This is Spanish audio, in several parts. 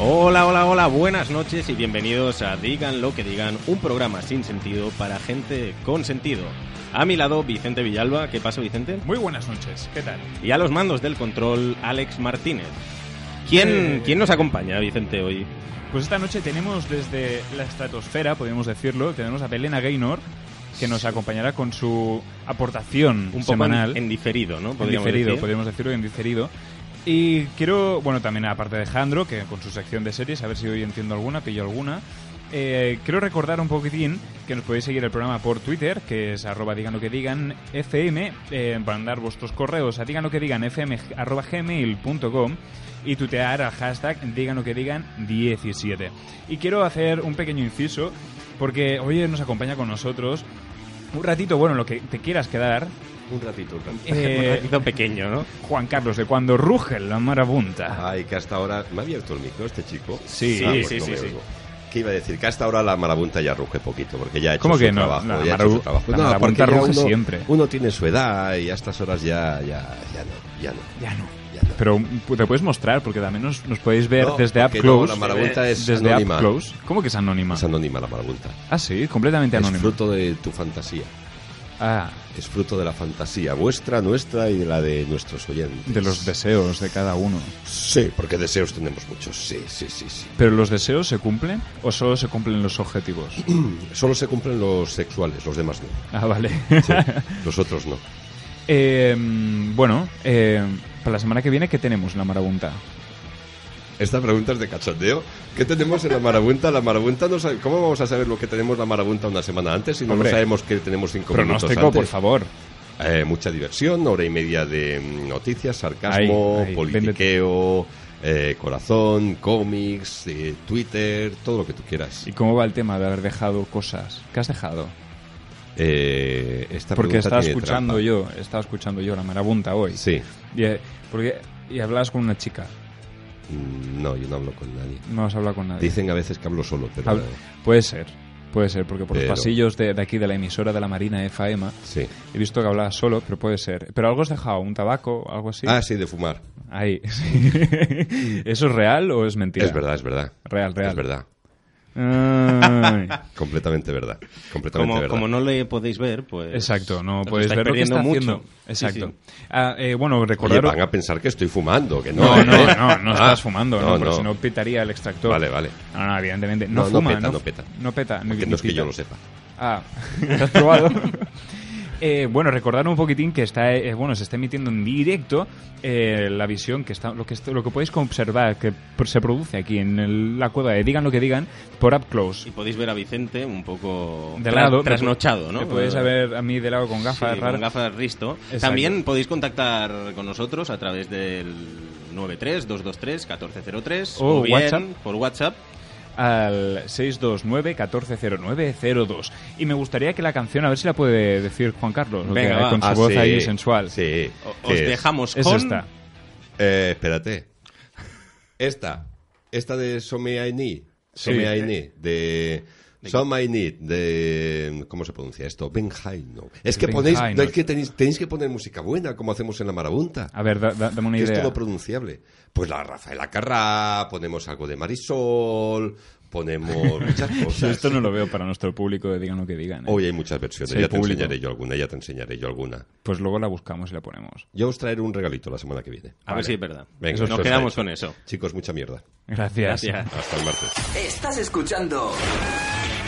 Hola, hola, hola, buenas noches y bienvenidos a Digan lo que digan, un programa sin sentido para gente con sentido. A mi lado, Vicente Villalba. ¿Qué pasa, Vicente? Muy buenas noches, ¿qué tal? Y a los mandos del control, Alex Martínez. ¿Quién, Eh, ¿quién nos acompaña, Vicente, hoy? Pues esta noche tenemos desde la estratosfera, podemos decirlo, tenemos a Belena Gaynor, que nos acompañará con su aportación Un poco semanal. en, en diferido, ¿no? En Podríamos diferido, decir. podríamos decirlo en diferido. Y quiero, bueno, también aparte de Alejandro, que con su sección de series, a ver si hoy entiendo alguna, pillo alguna. eh, quiero recordar un poquitín que nos podéis seguir el programa por Twitter, que es arroba digan lo que digan FM, eh, mandar vuestros correos a digan lo que digan fm arroba gmail.com y tutear al hashtag digan lo que digan 17. Y quiero hacer un pequeño inciso, porque hoy nos acompaña con nosotros un ratito, bueno, lo que te quieras quedar, Un ratito, un ratito. eh, Un ratito pequeño, ¿no? Juan Carlos, de cuando ruge la marabunta. Ay, que hasta ahora. ¿Me ha abierto el micro este chico? Sí, Ah, pues sí, no sí, me sí. oigo. ¿Qué iba a decir? Que hasta ahora la marabunta ya ruge poquito, porque ya ha hecho ¿Cómo su que no? trabajo. La ya ha hecho marabu- su trabajo. la No, marabunta porque ya ruge uno, siempre. Uno tiene su edad y a estas horas ya, ya, ya no, ya no, Ya no. ya no. Pero pu- te puedes mostrar, porque también nos, nos podéis ver No, desde Up porque Close. no, la marabunta es desde anónima. Up Close. ¿Cómo que es anónima? Es anónima la marabunta. ah, sí, completamente Es anónima. fruto de tu fantasía. Ah, Es fruto de la fantasía vuestra, nuestra y de la de nuestros oyentes. de los deseos de cada uno. Sí, porque deseos tenemos muchos. Sí, sí, sí, sí. ¿Pero los deseos se cumplen o solo se cumplen los objetivos? Solo se cumplen los sexuales, los demás no. Ah, vale. Sí, los otros no. Eh, bueno, eh, para la semana que viene, ¿qué tenemos en la marabunta? Esta pregunta es de cachondeo. ¿Qué tenemos en la marabunta? La marabunta no sabe, ¿Cómo vamos a saber lo que tenemos la marabunta una semana antes si no, Hombre. sabemos que tenemos cinco Pronóstico, minutos por antes? favor. Eh, mucha diversión, hora y media de mm, noticias, sarcasmo, Ahí, ahí, politiqueo, eh, corazón, cómics, eh, Twitter, todo lo que tú quieras. ¿Y cómo va el tema de haber dejado cosas? ¿Qué has dejado? Eh, esta Porque pregunta estaba tiene escuchando trampa. yo, estaba escuchando yo la marabunta hoy. Sí. Y, eh, porque, y hablabas con una chica, Mm, No, yo no hablo con nadie. no has hablado con nadie. Dicen a veces que hablo solo, pero... Habla- eh, Puede ser, puede ser, porque por Pero- los pasillos de, de aquí de la emisora de la Marina FM sí. he visto que hablabas solo, pero puede ser. Pero algo has dejado, un tabaco, algo así. Ah, sí, de fumar. Ahí, sí. ¿Eso es real o es mentira? Es verdad, es verdad. Real, real. Es verdad. Ay. Completamente verdad. Completamente Como, Pues verdad. como no le podéis ver, pues. Exacto, no os puedes estáis ver lo que perdiendo está mucho. haciendo. Sí, Exacto. sí. Ah, eh, bueno, Oye, recordar van a pensar que estoy fumando, que no. No, ¿eh? no, no, no, Ah, estás fumando, ¿no? no, Porque no. si no petaría el extractor. Vale, vale. No, no, evidentemente. No, No, no fuma, peta, no f- peta. No peta. ni- Que ni no es que pita. yo lo sepa. Ah, ¿lo has probado? Eh, bueno, recordar un poquitín que está, eh, bueno, se está emitiendo en directo eh, la visión que está, lo que est- lo que podéis observar que pr- se produce aquí en el- la cueva de digan lo que digan por up Y close. podéis ver a Vicente un poco De tra- lado, me- trasnochado, ¿no? Me podéis ver a mí de lado con gafas Sí, con raras. gafas Risto. Exacto. También podéis contactar con nosotros a través del 93-223-1403 O o bien Oh, WhatsApp. por WhatsApp. al 629-140902. Y me gustaría que la canción, a ver si la puede decir Juan Carlos, ¿no? Venga, Que- eh, va. con su Ah, voz sí, ahí sensual. Sí. O- Os ¿Qué es? dejamos Es con... esta. Eh, espérate. Esta. Esta de Some I Need. Some Sí. I Need. De. Some I Need. De. ¿Cómo se pronuncia esto? Ben Haino. Es que Ben ponéis. Haino. es que tenéis, tenéis que poner música buena, como hacemos en la marabunta. A ver, da- da- dame una que es idea. todo pronunciable. Pues la Rafaela Carrá, ponemos algo de Marisol, ponemos muchas Yo cosas. esto no lo veo para nuestro público, de digan lo que digan. ¿eh? Hoy hay muchas versiones, Sí, ya te público. enseñaré yo alguna, ya te enseñaré yo alguna. Pues luego la buscamos y la ponemos. Yo os traeré un regalito la semana que viene. A ver si es verdad. Venga, Nos eso está quedamos hecho. con eso. Chicos, mucha mierda. Gracias. Gracias. Hasta el martes. Estás escuchando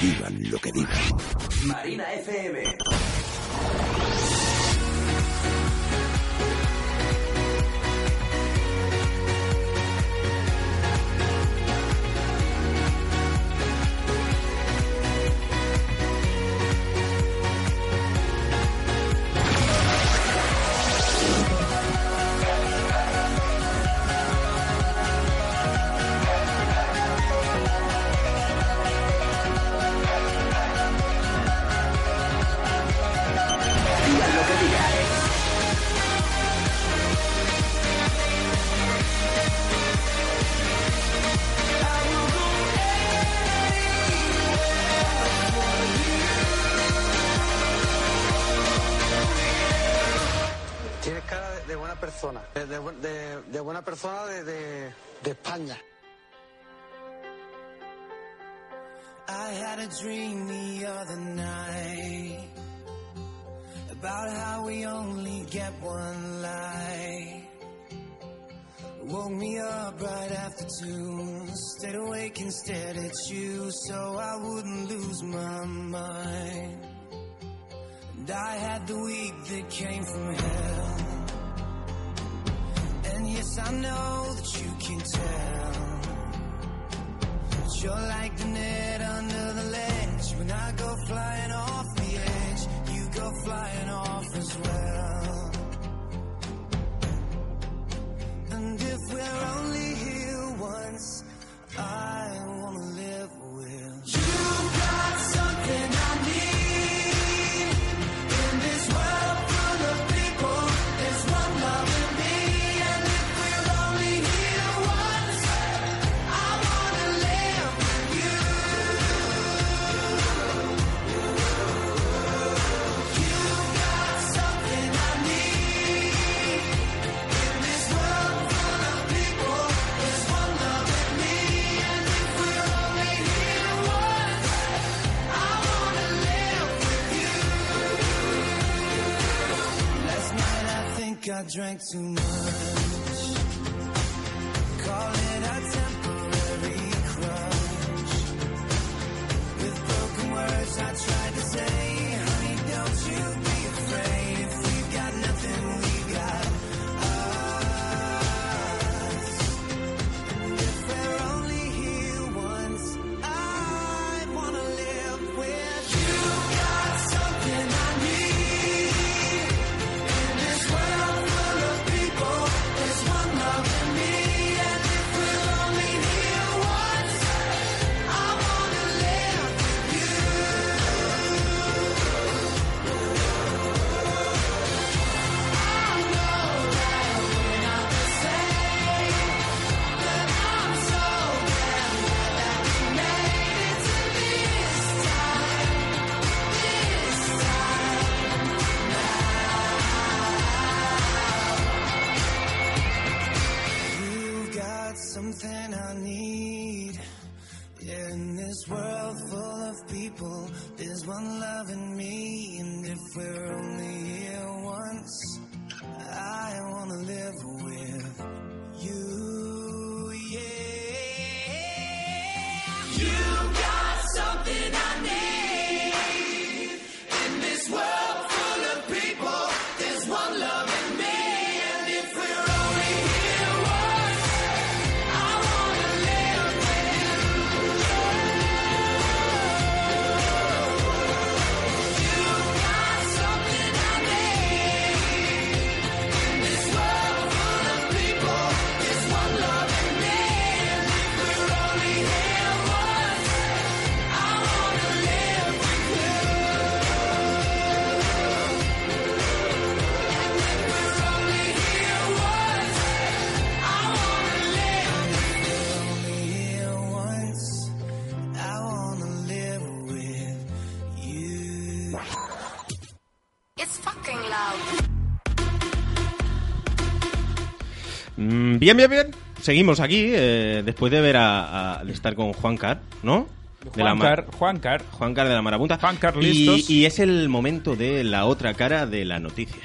Digan lo que digan. Marina FM. Digan lo que digan. Tienes cara de, de buena persona, de, de bu- de- de buena persona de, de- de España. I had a dream the other night about how we only get one life. Woke me up right after two, stayed awake and stared at you so I wouldn't lose my mind. And I had the week that came from hell. And yes, I know that you can tell. But You're like the net under the ledge. When I go flying off the edge, you go flying off as well. And if we're only here once, I wanna live with you. Got something I need in this world full of people. There's one love in me, and if we're only here once. I wanna live with you. You got something I need in this world full of people. There's one love in me, and if we're only here once, I wanna live with you. Last night I think I drank too much. Call it a temporary crush. With broken words, I tried to say, honey, don't you be afraid. If we've got nothing, we got us. If we're only here once, I wanna live with you. Got something I need in this world full of people. There's one love in me, and if we're only here once, I wanna live with you. I know that we're not the same, but I'm so glad that we made it to this time, this time. You got something I need. In this world full of people, there's one love in me. And if we're only here once, I wanna live with you. Yeah. You got something I need. In this world full of people, there's one love in me. And if we're only here once, I wanna live with you. You got something I need. In this world full of people, there's one love in me. And if we're only here once, I wanna live with you. And if we're only here once, I wanna live. Only here once, I wanna live with you. It's fucking loud. Mm, bien, bien, bien. Seguimos aquí eh, después de ver a, a- de estar con Juan Car, ¿no? De la Juan ma- Car, Juan Car. Juan Car de la Marabunta. Juan Car, Y- listos. Y, es el momento de la otra cara de la noticia.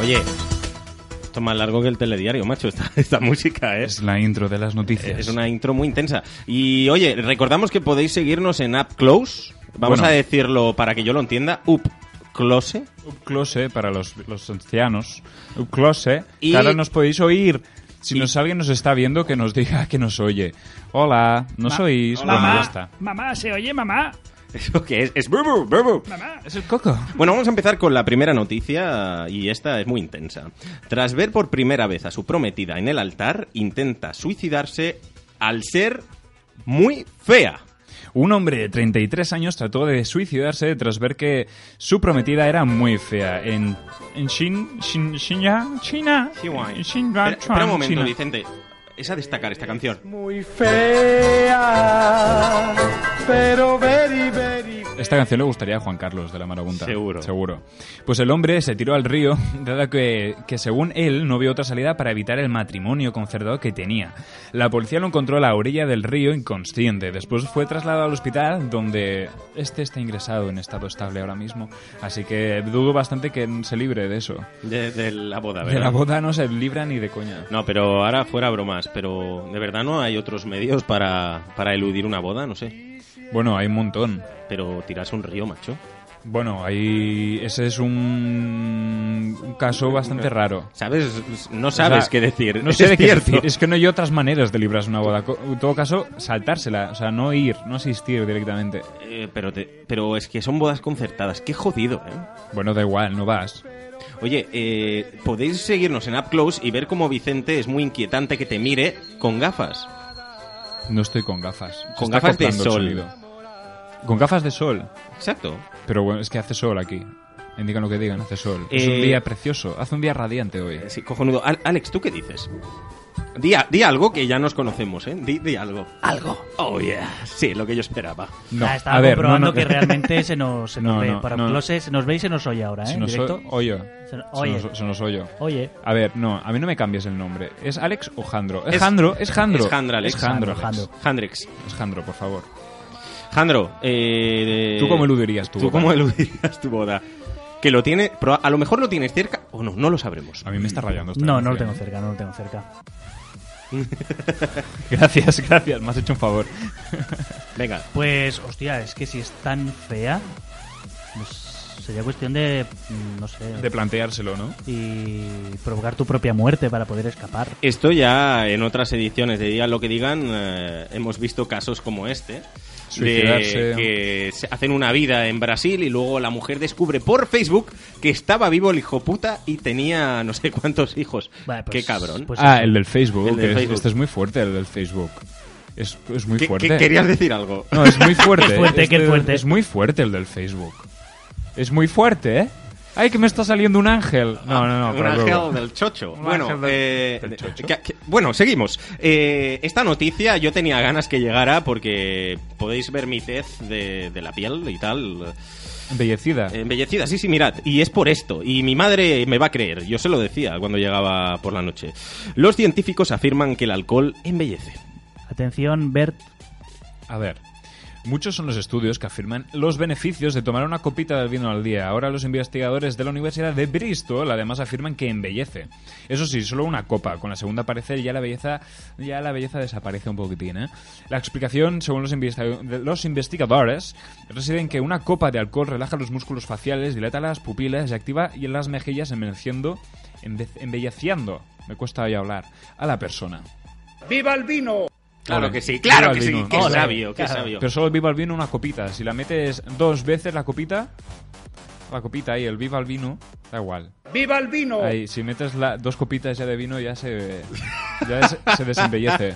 Oye, esto es más largo que el telediario, macho, esta, esta música, ¿eh? Es la intro de las noticias. Es una intro muy intensa. Y oye, recordamos que podéis seguirnos en Up Close. Vamos Bueno. a decirlo para que yo lo entienda. Up Close. Up Close para los, los ancianos. Up Close. Y- que ahora nos podéis oír. Si Y- nos alguien nos está viendo, que nos diga que nos oye. Hola, nos Ma- oís. Hola, Bueno, ma. ya está. Mamá, ¿se oye mamá? Ah. ¿Eso qué es? Es burbu, burbu. Mamá. Es el coco. Bueno, vamos a empezar con la primera noticia y esta es muy intensa. Tras ver por primera vez a su prometida en el altar, intenta suicidarse al ser muy fea. Un hombre de 33 años trató de suicidarse tras ver que su prometida era muy fea. En, en Shin, Shin, Shinya- China, Sí, guay. Xinjiang, Espera- espera un momento, China. Vicente. Es a destacar esta canción. Esta canción le gustaría a Juan Carlos de la Marabunta. Seguro. Seguro. Pues el hombre se tiró al río, dado que, que según él no vio otra salida para evitar el matrimonio concertado que tenía. La policía lo encontró a la orilla del río inconsciente. Después fue trasladado al hospital, donde este está ingresado en estado estable ahora mismo. Así que dudo bastante que se libre de eso. De, de la boda, ¿verdad? De la boda no se libra ni de coña. No, pero ahora fuera bromas, pero ¿de verdad no hay otros medios para, para eludir una boda? No sé. Bueno, hay un montón. Pero tirarse un río, macho. Bueno, hay... ese es un, un caso bastante raro. ¿Sabes? No sabes O sea, qué decir. No sé Es de qué cierto. decir. Es que no hay otras maneras de librarse una boda. Co- En todo caso, saltársela. O sea, no ir, no asistir directamente. Eh, pero, te- pero es que son bodas concertadas. Qué jodido, ¿eh? Bueno, da igual, no vas. Oye, eh, podéis seguirnos en Up Close y ver cómo Vicente es muy inquietante que te mire con gafas. No estoy con gafas. Se Con está gafas de acoplando el sol. sonido. Con gafas de sol. Exacto. Pero bueno, es que hace sol aquí. Indican lo que digan, hace sol. Es un Eh, día precioso. Hace un día radiante hoy. Sí, cojonudo. Al- Alex, ¿tú qué dices? Di, a- di algo que ya nos conocemos, ¿eh? Di, di algo. Algo. Oh, yeah. Sí, lo que yo esperaba. No, Ah, estaba a ver, comprobando no, no. que realmente se nos, se nos No, ve. no, para no. Close, se nos ve y se nos oye ahora, ¿eh? Se En nos directo. o- oyo. Se no- Se oye. nos- se nos oyo. Oye. A ver, no, a mí no me cambies el nombre. ¿Es Alex o Jandro? Es, Jandro, es Jandro. es Jandro, Alex. Es Jandro, Alex. Jandro. Handrex. Es Jandro, por favor. Jandro, eh, ¿Tú cómo eludirías tu ¿Tú boda? cómo eludirías tu boda? Que lo tiene, pero a lo mejor lo tienes cerca o no, no lo sabremos. A mí me está rayando. esta No, no canción. lo tengo cerca, no lo tengo cerca. Gracias, gracias, me has hecho un favor. Venga, Pues, hostia, es que si es tan fea, pues sería cuestión de, mm, no sé, De planteárselo, ¿no? y provocar tu propia muerte para poder escapar. esto ya en otras ediciones de Digan lo que digan eh, hemos visto casos como este. Suicidarse. De que se hacen una vida en Brasil y luego la mujer descubre por Facebook que estaba vivo el hijo puta y tenía no sé cuántos hijos. Vale, pues- Qué cabrón. pues ah, eso. el del Facebook. El del que es- Facebook. Este es muy fuerte, el del Facebook. Es, es muy ¿Qué- fuerte. qué- querías decir algo? No, es muy fuerte. Qué fuerte, Este- qué fuerte. Es muy fuerte el del Facebook. Es muy fuerte, ¿eh? ¡Ay, que me está saliendo un ángel! No, no, no. Un pero ángel luego. del chocho. Un bueno, ángel del- eh, del chocho. que- que- bueno, seguimos. Eh, esta noticia yo tenía ganas que llegara porque podéis ver mi tez de, de la piel y tal. Embellecida. eh, Embellecida, sí, sí, mirad. Y es por esto. Y mi madre me va a creer. Yo se lo decía cuando llegaba por la noche. Los científicos afirman que el alcohol embellece. Atención, Bert. A ver. Muchos son los estudios que afirman los beneficios de tomar una copita de vino al día. Ahora los investigadores de la Universidad de Bristol además afirman que embellece. Eso sí, solo una copa. Con la segunda parecer ya la belleza, ya la belleza desaparece un poquitín. ¿eh? La explicación, según los, investi- de los investigadores, reside en que una copa de alcohol relaja los músculos faciales, dilata las pupilas y activa y las mejillas embelleciendo, embe- embelleciendo, me cuesta hoy hablar, a la persona. Claro Ole. que sí, claro Viva que el sí. vino. Qué Ole. sabio, qué sabio. Pero solo el Viva el Vino una copita. Si la metes dos veces la copita, la copita y el Viva el Vino, da igual. ¡Viva el vino! Ahí, si metes la- dos copitas ya de vino, ya se, ya se, se desembellece.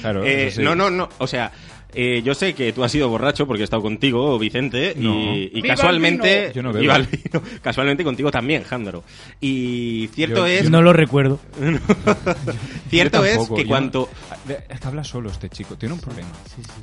Claro, Eh, eso sí. No, no, no. O sea, eh, yo sé que tú has sido borracho porque he estado contigo, Vicente, y- No. y, casualmente. Yo no bebo. Viva el vino. Casualmente contigo también, Jandro. Y cierto Yo- es. yo No lo recuerdo. Cierto Yo es tampoco, que yo- cuanto. Es que habla solo este chico, tiene un problema.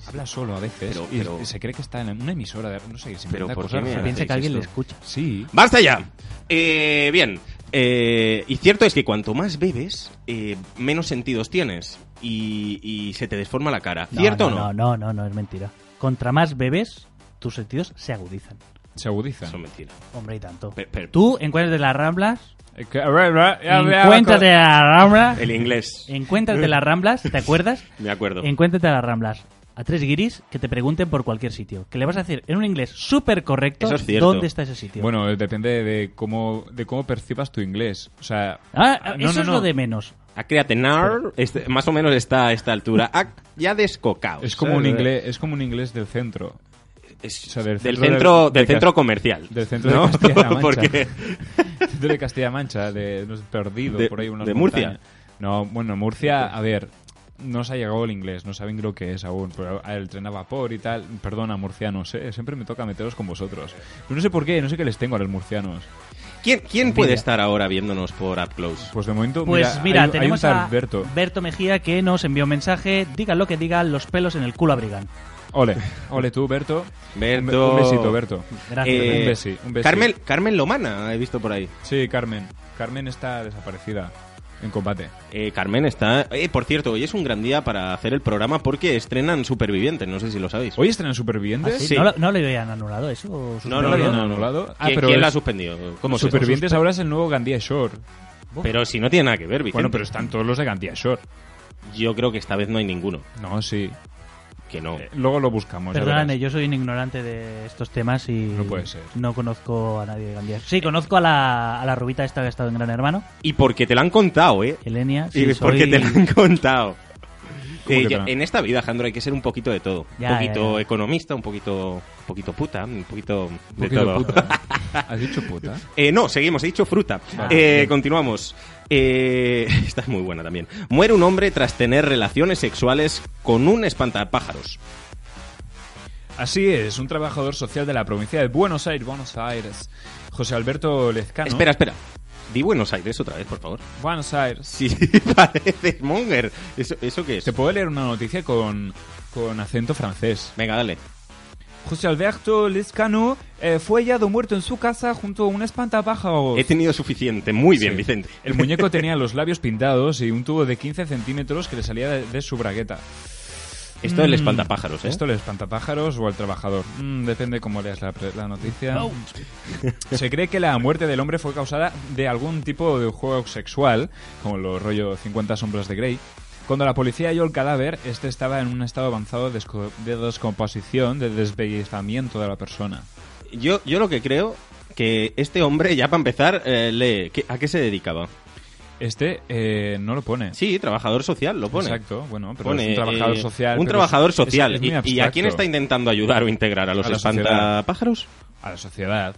Habla solo a veces Pero- y- pero- y se cree que está en una emisora de... No sé, se Pero inventa ¿por cosas qué me raras. hacéis Piensa que alguien le esto? escucha. Sí. ¡Basta ya! Eh, bien. Eh, y cierto es que cuanto más bebes, eh, menos sentidos tienes. Y, y se te desforma la cara. ¿Cierto o no? No, no, no, no, es mentira. Contra más bebes, tus sentidos se agudizan. Se agudiza. Eso es mentira. Hombre, y tanto. Pero- pero- Tú, en cuentas de las ramblas, Eh, que- Encuéntrate encuéntrate de las ramblas, El inglés. encuéntrate de las ramblas, ¿te acuerdas? Me acuerdo. Encuéntrate a las Ramblas. A tres guiris que te pregunten por cualquier sitio. Que le vas a decir en un inglés súper correcto Eso es cierto. dónde está ese sitio. Bueno, eh, depende de cómo, de cómo percibas tu inglés. O sea, Ah, ah, no, eso no, es no. lo de menos. A creatinar, este- más o menos está a esta altura. Ah, ya descocao. Es como un ¿sabes? inglés, es como un inglés del centro. Es- O sea, del del centro centro, de- del de centro Cas- comercial. Del centro ¿no? de Castilla-La Mancha. Porque Centro de Castilla-La Mancha, de no sé, perdido De- por ahí unas de Murcia. montañas. No, bueno, Murcia, a ver, no se ha llegado el inglés, no saben lo que es aún. Pero el tren a vapor y tal, perdona, murcianos, eh, siempre me toca meteros con vosotros. Pero no sé por qué, no sé qué les tengo a los murcianos. ¿Quién, quién puede estar ahora viéndonos por Up Close? Pues de momento, Pues mira, hay, hay un tenemos tal a Alberto. Berto Mejía que nos envió un mensaje. Digan lo que digan, los pelos en el culo abrigan. Ole, ole tú, Berto. Berto. Un besito, Berto. Gracias. Eh, un besi, un besi. Carmen, Carmen Lomana, he visto por ahí. Sí, Carmen. Carmen está desaparecida en combate. Eh, Carmen está. Eh, por cierto, hoy es un gran día para hacer el programa porque estrenan Supervivientes, no sé si lo sabéis. ¿Ah, ¿Hoy estrenan Supervivientes? sí. ¿Ah, ¿No, lo- no le habían anulado eso? ¿O No, ¿No no, lo habían no, no. anulado? Ah, ¿Quién, pero quién es- la suspendió? ¿Cómo se- Supervivientes ahora es el nuevo Gandía Shore. Pero si no tiene nada que ver, Vicente. Bueno, pero están todos los de Gandía Shore. Yo creo que esta vez no hay ninguno. No, sí. Que no. Eh, luego lo buscamos. ya Perdóname, verás. yo soy un ignorante de estos temas y No puede ser. no conozco a nadie de Gandía. Sí, conozco a la, a la rubita esta que ha estado en Gran Hermano, Y porque te la han contado, ¿eh? Elenia. Y Sí, porque soy- te la han contado. ¿Cómo Eh, que yo- te la- en esta vida, Jandro, hay que ser un poquito de todo. Ya, un ya, poquito ya. economista, un poquito, un poquito puta, un poquito, Un de poquito todo. puta. ¿Has dicho puta? Eh, no, seguimos, he dicho fruta. Eh, continuamos. Eh, esta es muy buena también. Muere un hombre tras tener relaciones sexuales con un espantapájaros. Así es, un trabajador social de la provincia de Buenos Aires, Buenos Aires, José Alberto Lezcano. Espera, espera. Di Buenos Aires otra vez, por favor. Buenos Aires. Sí, parece Monger. ¿Eso, ¿Eso qué es? ¿Se puede leer una noticia con, con acento francés? Venga, dale. José Alberto Lezcano eh, fue hallado muerto en su casa junto a un espantapájaros. He tenido suficiente. Muy bien, Sí. Vicente. El muñeco tenía los labios pintados y un tubo de 15 centímetros que le salía de, de su bragueta. Esto del Mm. espantapájaros, ¿eh? Esto le espanta pájaros o al trabajador. Mm, depende cómo leas la, pre- la noticia. Ouch. Se cree que la muerte del hombre fue causada de algún tipo de juego sexual, como lo rollo 50 sombras de Grey. Cuando la policía halló el cadáver, este estaba en un estado avanzado de, desco- de descomposición, de desbellezamiento de la persona. Yo, yo lo que creo que este hombre, ya para empezar, eh, lee. ¿Qué- ¿A qué se dedicaba? Este eh, no lo pone. Sí, trabajador social, lo pone. Exacto, bueno, pero Pone, es un trabajador eh, social. Un pero trabajador es- es- social. es muy ¿Y- ¿Y, a quién abstracto. está intentando ayudar o integrar? ¿A los A la sociedad. espantapájaros? A la sociedad.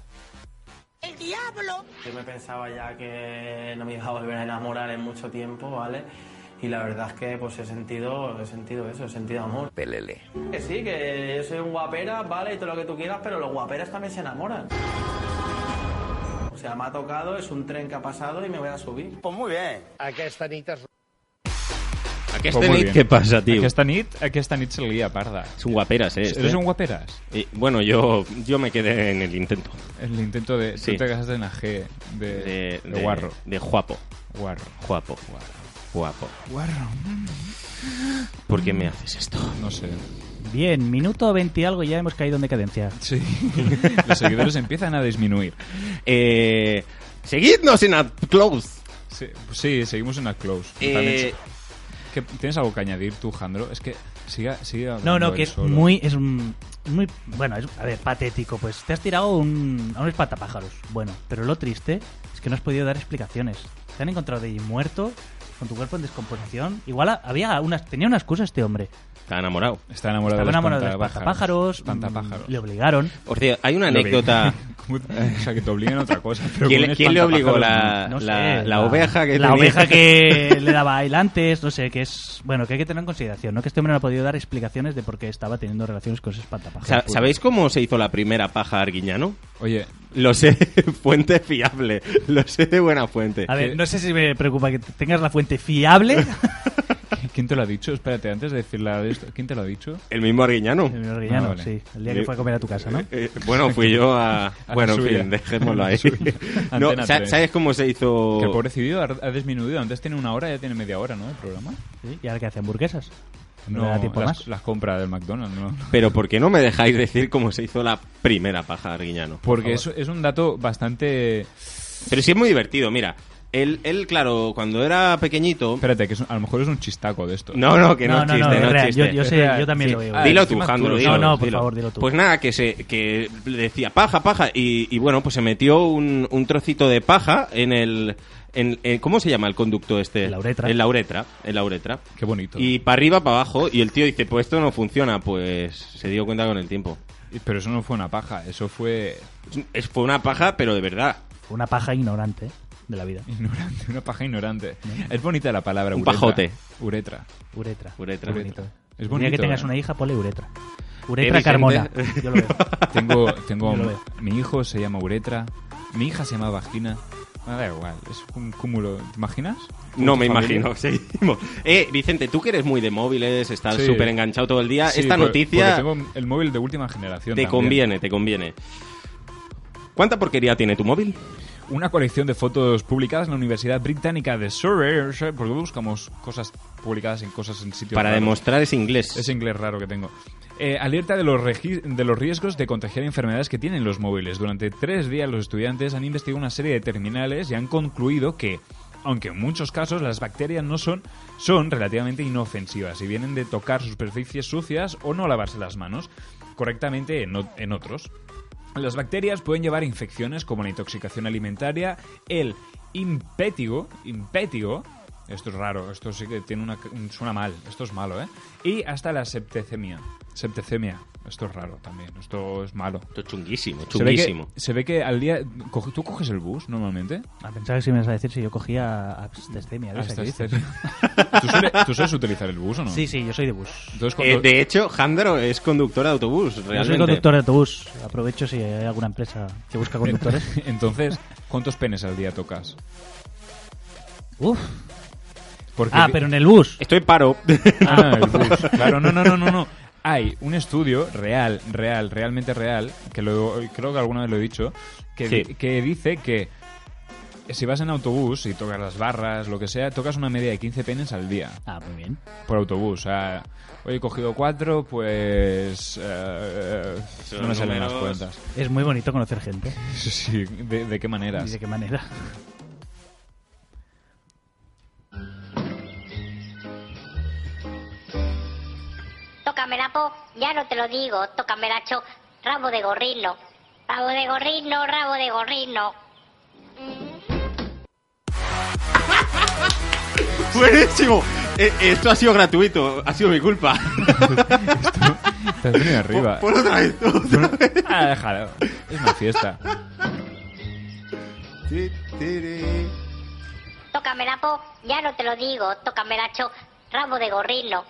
Yo me pensaba ya que Eh, no me iba a volver a enamorar en mucho tiempo, ¿vale? Y la verdad es que pues he sentido, he sentido eso, he sentido amor. Pelele. Que sí, que yo soy un guapera, ¿vale? Y todo lo que tú quieras, pero los guaperas también se enamoran. O sea, me ha tocado, es un tren que ha pasado y me voy a subir. Pues muy bien. ¿A qué Pues muy bien. ¿Qué pasa, tío? Aquí está Nit, aquí está Nit se le guía parda. Son guaperas, ¿eh? este. Eres un guaperas. Eh, bueno, yo, yo me quedé en el intento. El intento de. Sí. Tú te casaste en la G de, De, de guarro. De guapo. Guarro. Guapo. Guapo. Guarro. ¿Por qué me haces esto? No sé. Bien, minuto 20 y algo y ya hemos caído en decadencia. Sí. Los seguidores empiezan a disminuir. Eh, seguidnos en AdClose. Sí, pues sí, seguimos en la close. Eh, totalmente. ¿Qué- ¿Tienes algo que añadir tú, Jandro? Es que siga, sigue No, hablando no, él que es solo. muy, es un- muy, bueno, es, a ver, patético, pues te has tirado un, a un espantapájaros, bueno, pero lo triste es que no has podido dar explicaciones. Te han encontrado allí muerto, con tu cuerpo en descomposición. Igual a- había unas, tenía una excusa este hombre. está enamorado. Está enamorado Estaba de enamorado de espantapájaros. espantapájaros, Espantapájaros. mm, le obligaron. O sea, hay una Lo anécdota. vi. ¿Cómo? O sea, que te obligan a otra cosa. pero con ¿Quién, un quién le obligó? espantapájaros La, No la- sé, la oveja que la tenía. oveja que le daba a él antes, no sé, que es bueno que hay que tener en consideración, ¿no? Que este hombre no ha podido dar explicaciones de por qué estaba teniendo relaciones con ese espantapájaros. Pues, Sa- ¿Sabéis cómo se hizo la primera paja arguiñano? no. Oye, Lo sé, fuente fiable. Lo sé de buena fuente. A ver, que- no sé si me preocupa que tengas la fuente fiable. ¿quién te lo ha dicho? Espérate, antes de decir la de esto, ¿quién te lo ha dicho? El mismo arguiñano. El menor Guillano, Ah, vale. sí. El día que fue a comer a tu casa, ¿no? Eh, bueno, fui yo a. la bueno, en suya. fin, dejémoslo A la ahí. suya. no, Antena sa- tres. ¿Sabes cómo se hizo? Que el pobrecillo ha, ha disminuido. Antes tiene una hora, ya tiene media hora, ¿no? El programa. Sí, Y ahora que hace hamburguesas. No, le da tiempo las, más. las compras del McDonald's, ¿no? Pero ¿por qué no me dejáis decir cómo se hizo la primera paja arguiñano? por Porque favor? es, es un dato bastante... Pero sí es muy divertido, mira. Él, él claro, cuando era pequeñito. Espérate, que es un- a lo mejor es un chistaco de esto. No, no, que no, es chiste, no, es es real. chiste. Yo, yo sé, real. yo también Sí. lo veo. Ah, Dilo tú, encima Jandro, tú lo dilo, sabes. No, no, por dilo. favor, dilo tú. Pues nada, que, se, que le decía paja, paja, y, y bueno, pues se metió un, un trocito de paja en el... En, en- ¿Cómo se llama el conducto este? En la uretra. En la uretra, en la uretra. Qué bonito. Y para arriba, para abajo, y el tío dice, pues esto no funciona, pues se dio cuenta con el tiempo. Y- Pero eso no fue una paja, eso fue... Es- Fue una paja, pero de verdad. Una paja ignorante. de la vida. Ignorante, una paja ignorante. Es bonita la palabra Un uretra. pajote. Uretra. Uretra. Uretra. Bonito. Es Un día bonito. que tengas ¿eh? una hija, ponle uretra. Eh, Uretra Vicente. Carmona. Yo lo veo. Tengo, tengo Yo lo veo. mi hijo se llama uretra, mi hija se llama vagina. Ah, da igual, es un cúmulo. ¿Te imaginas? No me ¿Tu familia? imagino, seguimos. Eh, Vicente, tú que eres muy de móviles, estás Sí. súper enganchado todo el día, Sí, esta por- noticia porque tengo el móvil de última generación. te también. conviene, te conviene. ¿Cuánta porquería tiene tu móvil? Una colección de fotos publicadas en la Universidad Británica de Surrey. Surrey, Porque buscamos cosas publicadas en cosas en sitios Para raros. demostrar es inglés. Ese inglés raro que tengo. Eh, alerta de los, regi- de los riesgos de contagiar enfermedades que tienen los móviles. Durante tres días los estudiantes han investigado una serie de terminales y han concluido que, aunque en muchos casos las bacterias no son, son relativamente inofensivas y vienen de tocar superficies sucias o no lavarse las manos correctamente en o- en otros. Las bacterias pueden llevar a infecciones como la intoxicación alimentaria, el impétigo, impétigo, esto es raro, esto sí que tiene una, un- suena mal, esto es malo, ¿eh? Y hasta la septicemia, septicemia, esto es raro también, esto es malo. Esto es chunguísimo, Se ve, chunguísimo. que, se ve que al día... coge- ¿Tú coges el bus normalmente? Ah, Pensaba que si me ibas a decir si yo cogía abstestemia. ¿ves? Hasta Aquí este- dices. ¿Tú, suele- tú sueles utilizar el bus o no? Sí, sí, yo soy de bus. Entonces, Eh, cuando- de hecho, Jandro es conductora de autobús, Yo soy realmente. conductor de autobús. Aprovecho si hay alguna empresa que busca conductores. Entonces, ¿cuántos penes al día tocas? Uf. Porque Ah, pero en el bus. Estoy paro. Ah, el bus. Claro, no, no, no, no, no. Hay un estudio real, real, realmente real, que lo, creo que alguna vez lo he dicho, que, Sí. di- que dice que si vas en autobús y tocas las barras, lo que sea, tocas una media de 15 penes al día Ah, muy bien. por autobús. O sea, hoy he cogido cuatro, pues... eh, Son no me salen las números. cuentas. Es muy bonito conocer gente. Sí, ¿de, de qué ¿Y maneras? de qué manera? Tócame la po, ya no te lo digo, tócame la cho, rabo de gorrino, rabo de gorrino, rabo de gorrino. Buenísimo. Eh, esto ha sido gratuito, ha sido mi culpa. Te has venido arriba. Por otra vez. otra vez. Ah, déjalo. Es una fiesta. Ti, tiri. Tócame la po, ya no te lo digo, tócame la cho, rabo de gorrino,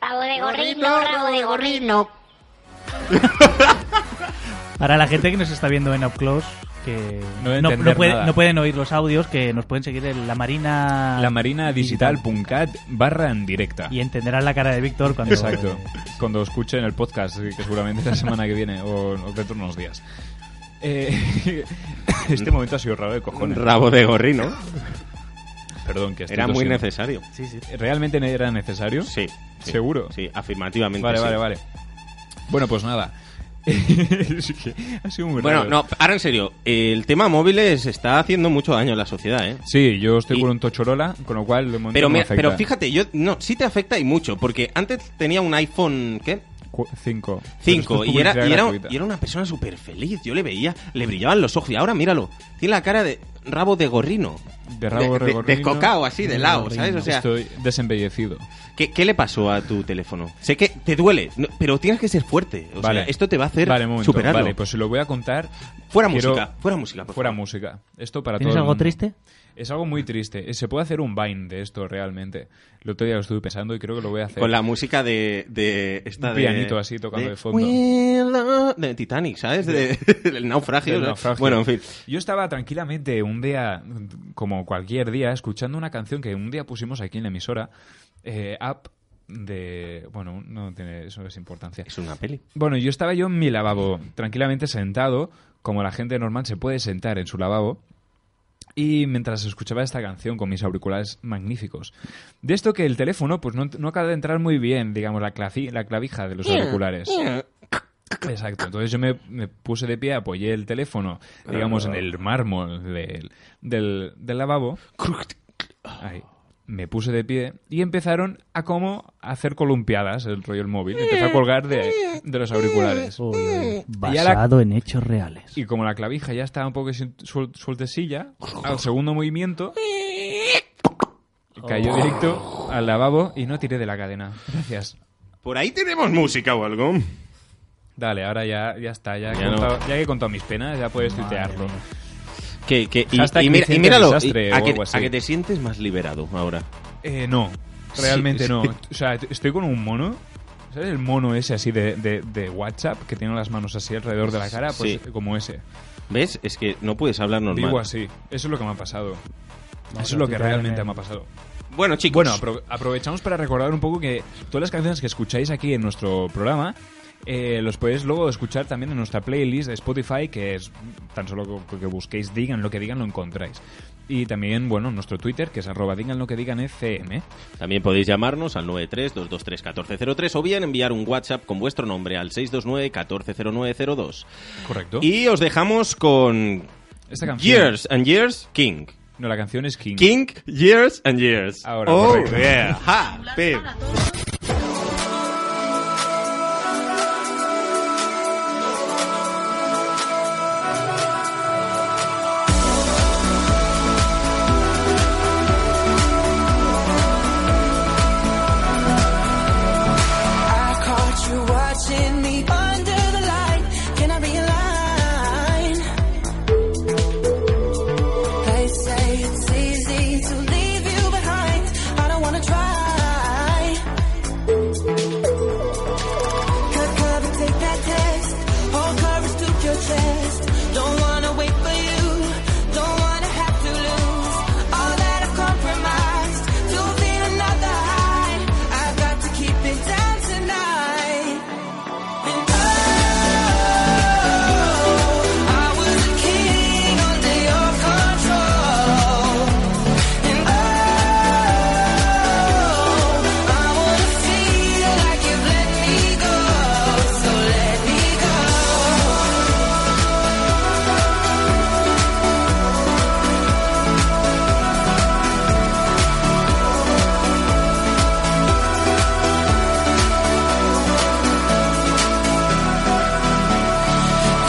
rabo de gorrino, rabo de gorrino. Para la gente que nos está viendo en Up Close, que No debe no, entender puede- nada. no pueden oír los audios, que nos pueden seguir en la marina. Lamarinadigital.cat barra en directa. Y entenderán la cara de Víctor cuando. Exacto. Cuando escuchen el podcast, que seguramente la semana que viene o, o dentro de unos días. Eh, este momento ha sido raro de cojones. Rabo de gorrino. Perdón, que estoy Era muy tosiendo. necesario. Sí, sí. ¿Realmente ne- era necesario? Sí. sí. ¿Seguro? Sí, afirmativamente. Vale, sí. vale, vale. Bueno, pues nada. Es que ha sido muy Bueno, raro. no, ahora en serio, el tema móviles está haciendo mucho daño a la sociedad, ¿eh? Sí, yo estoy Y- con un tochorola, con lo cual de momento Pero, no mira, me afecta. pero fíjate, yo no, sí te afecta y mucho, porque antes tenía un iPhone, ¿qué? Cu- Cinco. Pero esto 5 es y era, publicidad y, era, gratuita. y era una persona súper feliz, yo le veía, le brillaban los ojos y ahora míralo, tiene la cara de rabo de gorrino. De rabo de gorrino. Descocado así, de lado, ¿sabes? O sea, Estoy desembellecido. ¿qué, qué le pasó a tu teléfono? Sé que te duele, no- pero tienes que ser fuerte. O sea, esto te va a hacer vale, un momento. superarlo. Vale, pues si lo voy a contar. fuera quiero- música, fuera música. por Fuera favor. música. Esto para ¿Tienes todo el algo mundo. triste? Es algo muy triste. Eh, Se puede hacer un Vine de esto realmente. El otro día lo estuve pensando y creo que lo voy a hacer. Con la música de, de esta Un de- pianito así tocando de fondo. Willow- de Titanic, ¿sabes? De- del naufragio. del ¿no? naufragio. Bueno, en fin. Yo estaba tranquilamente un día, como cualquier día, escuchando una canción que un día pusimos aquí en la emisora, eh, Up, de... Bueno, no tiene... Eso es importancia. Es una peli. Bueno, yo estaba yo en mi lavabo, tranquilamente sentado, como la gente normal se puede sentar en su lavabo. Y mientras escuchaba esta canción con mis auriculares magníficos. De esto que el teléfono pues no, no acaba de entrar muy bien, digamos, la, clavi- la clavija de los auriculares. Exacto. Entonces yo me, me puse de pie, apoyé el teléfono, digamos, en el mármol del, del, del lavabo. Ahí. Me puse de pie y empezaron a como hacer columpiadas el rollo el móvil. Empezó a colgar de, de los auriculares. Uy, uy. Y ya la- Basado en hechos reales. Y como la clavija ya estaba un poco sin- suel- sueltecilla, al segundo movimiento Oh. cayó directo al lavabo y no tiré de la cadena. Gracias. Por ahí tenemos música o algo. Dale, ahora ya, ya está, ya, he Ya no. contado- ya que he contado mis penas, ya puedes tuitearlo. Que, que- y, Hashtag y me mira- y siento míralo, desastre y- o a, que, algo así. a que te sientes más liberado ahora. Eh, no, realmente Sí, no. sí. O sea, t- estoy con un mono. ¿Sabes el mono ese así de, de, de WhatsApp que tiene las manos así alrededor de la cara? Pues Sí. eh, como ese. ¿Ves? Es que no puedes hablar normal. Digo así. Eso es lo que me ha pasado. Eso No, no, es lo que Twitter realmente en- me ha pasado. Bueno, chicos. Bueno, apro- aprovechamos para recordar un poco que todas las canciones que escucháis aquí en nuestro programa eh, los podéis luego escuchar también en nuestra playlist de Spotify, que es tan solo que, que busquéis, digan lo que digan, lo encontráis. Y también, bueno, en nuestro Twitter, que es arroba digan lo que digan FM. También podéis llamarnos al 93-223-1403 o bien enviar un WhatsApp con vuestro nombre al 629-140902. Correcto. Y os dejamos con Esta canción. Years and Years King. No, la canción es King. King, Years and Years. Ahora, oh, correcto. yeah. Ja, pim. I caught you watching me under the light. Can I realign? They say it's easy to leave you behind. I don't wanna try. Cut cover, take that test. Hold courage to your chest. Don't wanna wait for you. Don't wanna have to lose all that I've compromised to feel another high. I've got to keep it down tonight. And oh, I was a king under your control. And oh, I wanna feel like you've let me go. So let me go.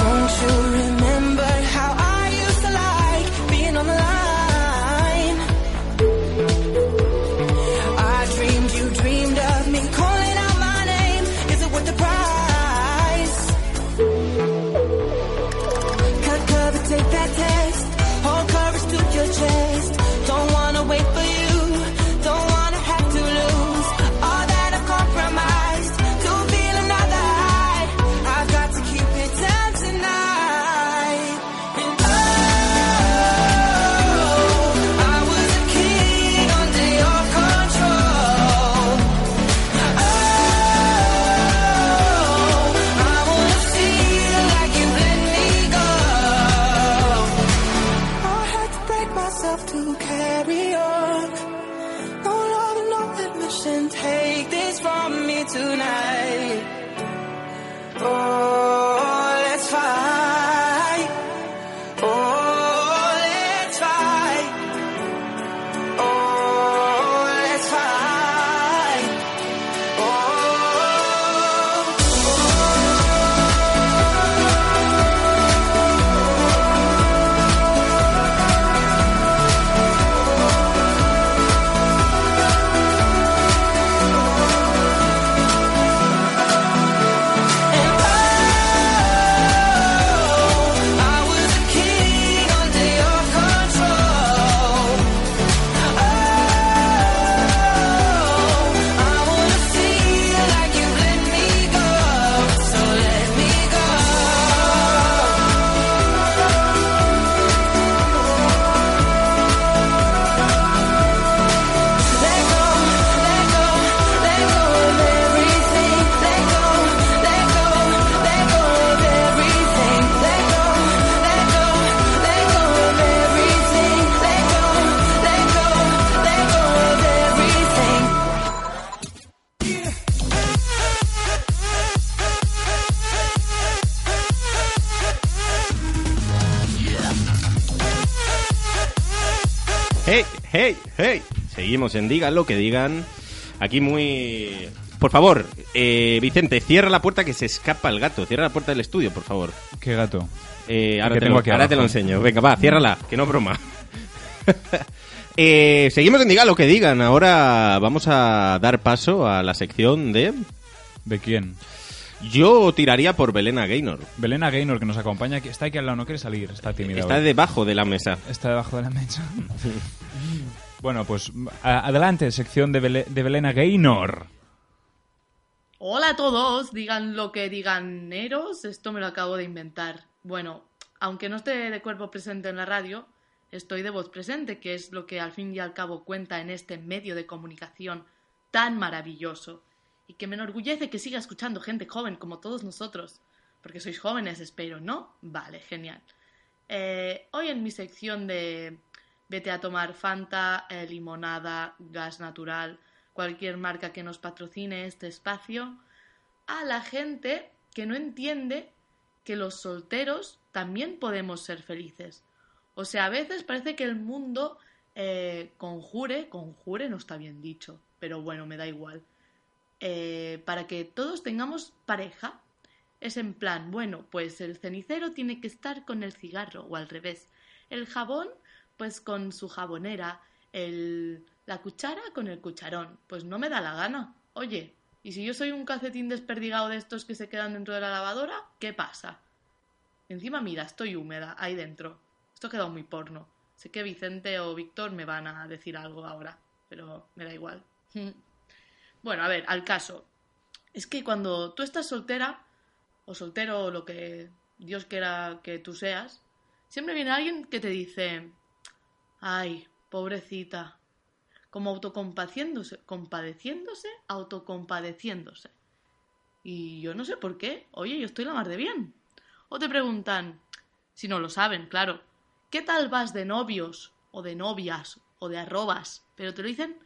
Don't you remember how I used to like being on the line? I dreamed you dreamed of me calling out my name. Is it worth the price? Cut cover, take that test. Hold courage to your chest. Don't wanna wait for you. Don't wanna have to lose all that I've compromised to feel another high. I've got to keep it down tonight. And oh, I was a king under your control. Oh, I wanna feel like you let me go. I had to break myself to carry on. No love and no admission. Take this from me tonight. Oh, let's fight. Oh, let's fight. Oh, let's fight. Oh. I was a king under your control. Oh, I wanna feel like you let me go, so let me go. Let go, let go, let go of everything. Let go, let go, let go of everything. Let go, let go, let go of everything. Let go, let go, let go of everything. Hey, hey, hey. Seguimos en Digan lo que digan. Aquí muy... Por favor, eh, Vicente, cierra la puerta que se escapa el gato. Cierra la puerta del estudio, por favor. Qué gato. Eh, ahora Ah, que te, tengo lo, aquí ahora abajo. te lo enseño. Venga, va, Ah, ciérrala, que no broma. Eh, seguimos en Diga lo que digan. Ahora vamos a dar paso a la sección de ¿De quién? Yo tiraría por Belena Gaynor. Belena Gaynor, que nos acompaña, que está aquí al lado, no quiere salir, está tímida. Está hoy. debajo de la mesa. Está debajo de la mecha. bueno, pues a- adelante, sección de, Bele- de Belena Gaynor. Hola a todos, digan lo que digan eros, esto me lo acabo de inventar. Bueno, aunque no esté de cuerpo presente en la radio, estoy de voz presente, que es lo que al fin y al cabo cuenta en este medio de comunicación tan maravilloso y que me enorgullece que siga escuchando gente joven como todos nosotros, porque sois jóvenes, espero, ¿no? Vale, genial. Eh, hoy en mi sección de vete a tomar Fanta, eh, limonada, gas natural, cualquier marca que nos patrocine este espacio, a la gente que no entiende que los solteros también podemos ser felices. O sea, a veces parece que el mundo eh, conjure, conjure no está bien dicho, pero bueno, me da igual. Eh, para que todos tengamos pareja, es en plan, bueno, pues el cenicero tiene que estar con el cigarro o al revés. El jabón, pues con su jabonera. El, la cuchara con el cucharón. Pues no me da la gana. Oye, ¿y si yo soy un calcetín desperdigado de estos que se quedan dentro de la lavadora? ¿Qué pasa? Encima, mira, estoy húmeda ahí dentro. Esto ha quedado muy porno. Sé que Vicente o Víctor me van a decir algo ahora, pero me da igual. bueno, a ver, al caso. Es que cuando tú estás soltera, o soltero o lo que Dios quiera que tú seas, siempre viene alguien que te dice, ay, pobrecita, como autocompaciéndose, compadeciéndose, autocompadeciéndose. Y yo no sé por qué, oye, yo estoy la mar de bien. O te preguntan, si no lo saben, claro, ¿qué tal vas de novios o de novias o de arrobas? Pero te lo dicen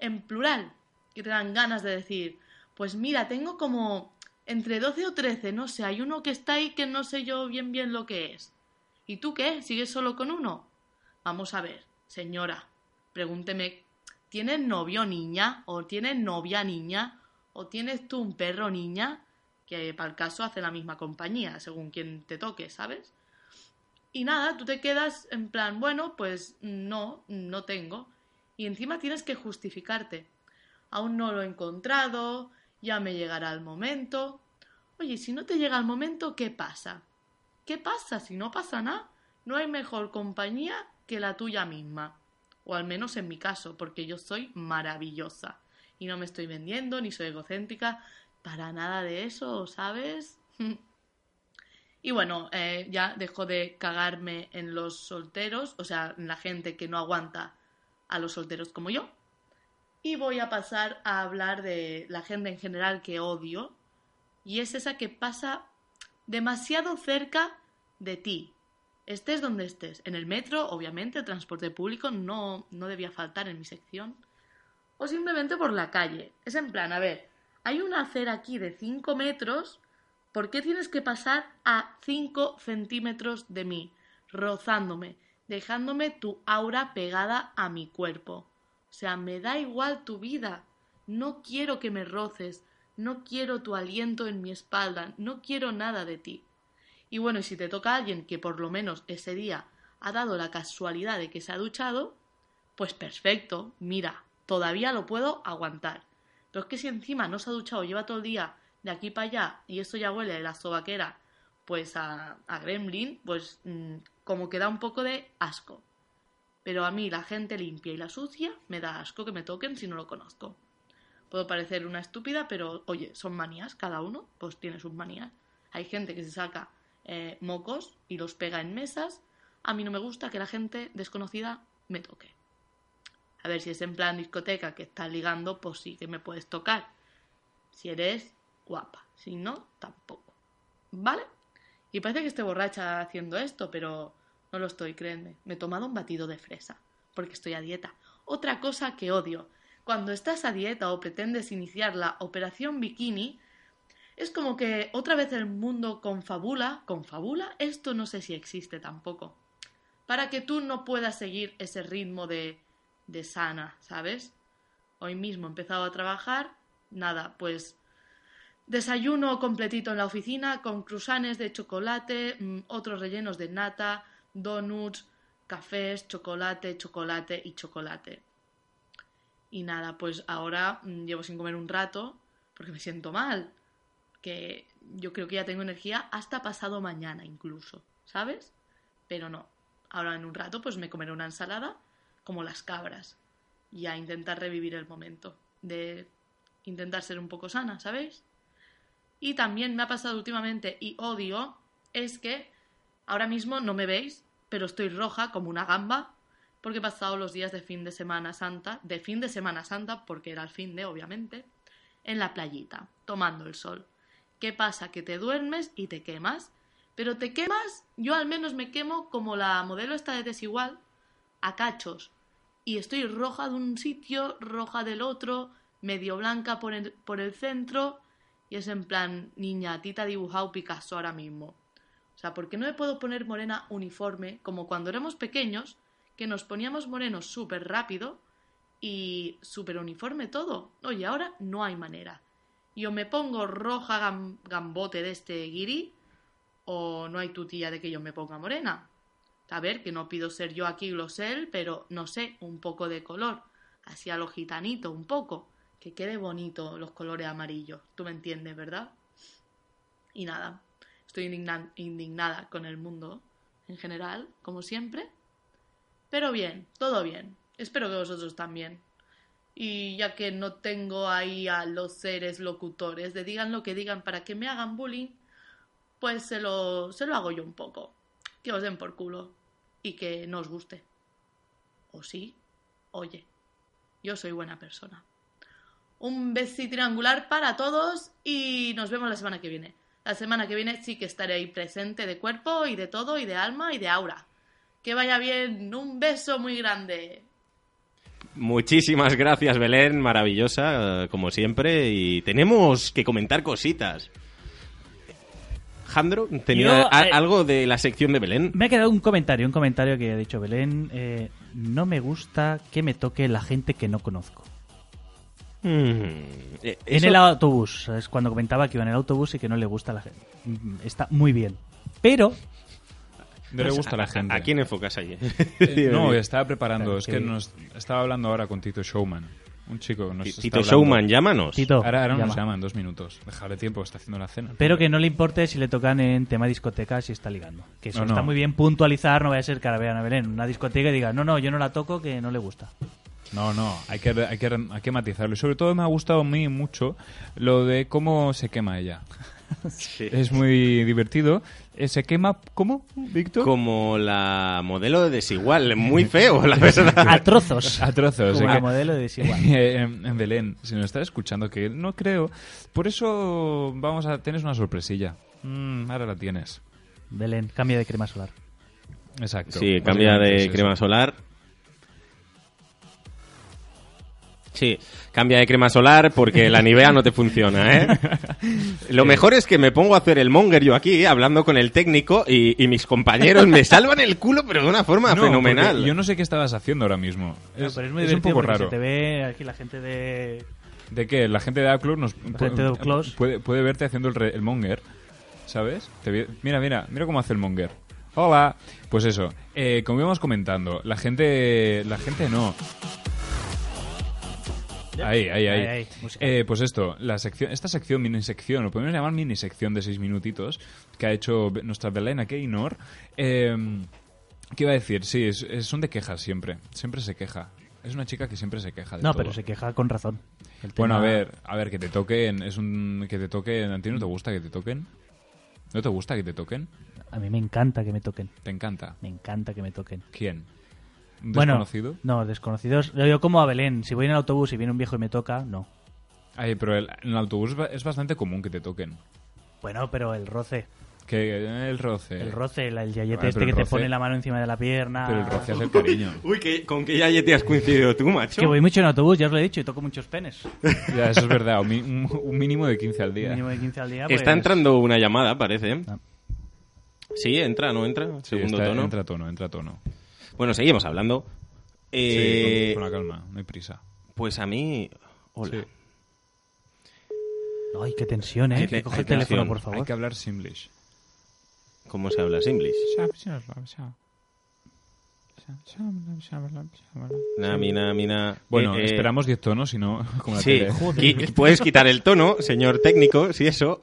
en plural, que te dan ganas de decir, pues mira, tengo como entre 12 o 13, no sé, hay uno que está ahí que no sé yo bien bien lo que es. ¿Y tú qué? ¿Sigues solo con uno? Vamos a ver, señora, pregúnteme, ¿tienes novio niña? ¿O tienes novia niña? ¿O tienes tú un perro niña? Que para el caso hace la misma compañía, según quien te toque, ¿sabes? Y nada, tú te quedas en plan, bueno, pues no, no tengo. Y encima tienes que justificarte. Aún no lo he encontrado, ya me llegará el momento. Oye, si no te llega el momento, ¿qué pasa? ¿Qué pasa si no pasa nada? No hay mejor compañía que la tuya misma. O al menos en mi caso, porque yo soy maravillosa. Y no me estoy vendiendo, ni soy egocéntrica, para nada de eso, ¿sabes? y bueno, eh, ya dejo de cagarme en los solteros, o sea, en la gente que no aguanta a los solteros como yo. Y voy a pasar a hablar de la gente en general que odio. Y es esa que pasa demasiado cerca de ti. Estés donde estés. En el metro, obviamente, el transporte público no, no debía faltar en mi sección. O simplemente por la calle. Es en plan, a ver, hay una acera aquí de 5 metros. ¿Por qué tienes que pasar a 5 centímetros de mí? Rozándome, dejándome tu aura pegada a mi cuerpo. O sea, me da igual tu vida. No quiero que me roces. No quiero tu aliento en mi espalda. No quiero nada de ti. Y bueno, y si te toca a alguien que por lo menos ese día ha dado la casualidad de que se ha duchado, pues perfecto, mira, todavía lo puedo aguantar. Pero es que si encima no se ha duchado, lleva todo el día de aquí para allá y esto ya huele de la sobaquera, pues a, a gremlin, pues mm, como que da un poco de asco. Pero a mí la gente limpia y la sucia me da asco que me toquen si no lo conozco. Puedo parecer una estúpida, pero oye, son manías, cada uno pues tiene sus manías. Hay gente que se saca eh, mocos y los pega en mesas. A mí no me gusta que la gente desconocida me toque. A ver, si es en plan discoteca que estás ligando, pues sí que me puedes tocar. Si eres guapa, si no, tampoco. ¿Vale? Y parece que esté borracha haciendo esto, pero no lo estoy, créanme. Me he tomado un batido de fresa, porque estoy a dieta. Otra cosa que odio. Cuando estás a dieta o pretendes iniciar la operación bikini, es como que otra vez el mundo confabula, confabula, esto no sé si existe tampoco, para que tú no puedas seguir ese ritmo de, de sana, ¿sabes? Hoy mismo he empezado a trabajar, nada, pues Desayuno completito en la oficina con cruzanes de chocolate, mm, otros rellenos de nata, donuts, cafés, chocolate, chocolate y chocolate. Y nada, pues ahora mm, llevo sin comer un rato porque me siento mal. que yo creo que ya tengo energía hasta pasado mañana incluso, ¿sabes? Pero no. Ahora en un rato pues me comeré una ensalada como las cabras y a intentar revivir el momento de intentar ser un poco sana, ¿sabéis? Y también me ha pasado últimamente y odio es que ahora mismo no me veis, pero estoy roja como una gamba porque he pasado los días de fin de semana santa, de fin de semana santa porque era el fin de obviamente, en la playita, tomando el sol. ¿Qué pasa? Que te duermes y te quemas. Pero te quemas, yo al menos me quemo como la modelo está de desigual, a cachos. Y estoy roja de un sitio, roja del otro, medio blanca por el, por el centro. Y es en plan, niña, a ti te ha dibujado Picasso ahora mismo. O sea, ¿por qué no me puedo poner morena uniforme como cuando éramos pequeños, que nos poníamos morenos súper rápido y súper uniforme todo? Oye, ahora no hay manera. Yo me pongo roja gam- gambote de este guiri o no hay tutilla de que yo me ponga morena. A ver, que no pido ser yo aquí glosel, pero no sé, un poco de color. Así a lo gitanito, un poco. Que quede bonito los colores amarillos. Tú me entiendes, ¿verdad? Y nada, estoy indigna- indignada con el mundo en general, como siempre. Pero bien, todo bien. Espero que vosotros también. Y ya que no tengo ahí a los seres locutores de digan lo que digan para que me hagan bullying, pues se lo, se lo hago yo un poco. Que os den por culo y que no os guste. O sí, oye, yo soy buena persona. Un besi triangular para todos y nos vemos la semana que viene. La semana que viene sí que estaré ahí presente de cuerpo y de todo y de alma y de aura. Que vaya bien, un beso muy grande. Muchísimas gracias, Belén, maravillosa, eh, como siempre. Y tenemos que comentar cositas. Jandro, tenía Yo, a- eh, algo de la sección de Belén. Me ha quedado un comentario, un comentario que ha dicho Belén. eh, no me gusta que me toque la gente que no conozco. Mm, eh, En eso- el autobús, es cuando comentaba que iba en el autobús y que no le gusta a la gente. Mm, Está muy bien. Pero No le gusta a la gente. ¿A quién enfocas allí? Eh, no, estaba preparando. Claro, Es que sí. nos estaba hablando ahora con Tito Showman. Un chico que nos está Tito hablando. Showman, llámanos. Tito, Ahora, ahora nos llama. llaman dos minutos. Dejarle tiempo, está haciendo la cena. Pero que no le importe si le tocan en tema discoteca si está ligando. Que eso No, no. está muy bien puntualizar, no vaya a ser que ahora vean a Belén en una discoteca y diga, no, no, yo no la toco, que no le gusta. No, no, hay que, hay, que, hay que matizarlo. Y sobre todo me ha gustado a mí mucho lo de cómo se quema ella. Es muy divertido. Eh, ¿Se quema cómo, Víctor? Eh, Como la modelo de desigual, muy feo, la verdad. A trozos. A trozos. Como eh, a que- modelo de desigual. Eh, en, en Belén, si nos estás escuchando, que no creo. Por eso vamos a tienes una sorpresilla. Mm, ahora la tienes. Belén, cambia de crema solar. Exacto. Sí, cambia Básicamente es de eso. crema solar. Sí, cambia de crema solar porque la Nivea no te funciona, ¿eh? Lo mejor es que me pongo a hacer el monger yo aquí, ¿eh? hablando con el técnico, y, y mis compañeros me salvan el culo, pero de una forma No, fenomenal. porque Yo no sé qué estabas haciendo ahora mismo. Es, No, pero es muy es un divertido poco porque raro. se te ve aquí la gente de... ¿De qué? La gente de Outlaws nos gente de Outlaws. puede, puede verte haciendo el, re- el monger, ¿sabes? Te vi- mira, mira, mira cómo hace el monger. Hola. Pues eso, eh, como íbamos comentando, la gente, la gente no. Ahí, ahí, ahí. Ahí, ahí, música. Eh, pues esto, la sección, esta sección, mini sección, lo podemos llamar mini sección de seis minutitos, que ha hecho Be- nuestra Belén Keynor. Eh, ¿Qué iba a decir? Sí, es- es- son de quejas siempre. Siempre se queja. Es una chica que siempre se queja de No, todo. pero se queja con razón. El Bueno, a tema- ver, a ver, que te toquen, es un... Que te toquen, ¿a ti no te gusta que te toquen? ¿No te gusta que te toquen? A mí me encanta que me toquen. ¿Te encanta? Me encanta que me toquen. ¿Quién? ¿Un Bueno, desconocido? No, desconocidos. Yo como a Belén. Si voy en el autobús y viene un viejo y me toca, no. Ay, pero el- en el autobús va- es bastante común que te toquen. Bueno, pero el roce. Que eh, el roce... El roce, la- el yayete Ah, este pero que el te roce- pone la mano encima de la pierna. Pero el roce hace el cariño. Uy, que- ¿con qué ya te has coincidido tú, Es macho? que voy mucho en autobús, ya os lo he dicho, y toco muchos penes. ya, eso es verdad, un, mi- un- un mínimo de 15 al día. Mínimo de 15 al día. Está pues, entrando una llamada, parece. ¿eh? Ah. Sí, entra, ¿no entra? Sí, Segundo está- tono. Entra tono, entra tono. Bueno, seguimos hablando. Eh, Sí, con, con la calma, no hay prisa. Pues a mí... Hola. Sí. Ay, qué tensión, Hay eh. que- Que coge hay el teléfono, tensión. por Hay favor. que hablar simlish. ¿Cómo se habla? ¿Simlish? Na, mi, na, mi, na. Bueno, Eh, eh, esperamos 10 tonos, si no, como la Sí, tele. qui- puedes quitar el tono, señor técnico, si eso.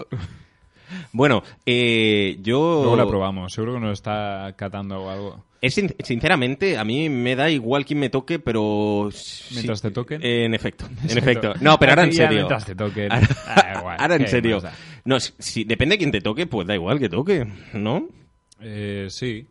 Bueno, eh, yo... Luego la probamos, seguro que nos está catando o algo. Es sin- sinceramente, a mí me da igual quién me toque, pero... sí- Mientras te toquen. Eh, en efecto, en Exacto. efecto. No, pero ahora en Aquí ya serio. mientras te toquen. Ahora, Da igual, ahora en ¿qué serio. más da? No, si, si- depende de quién te toque, pues da igual que toque, ¿no? Eh, sí.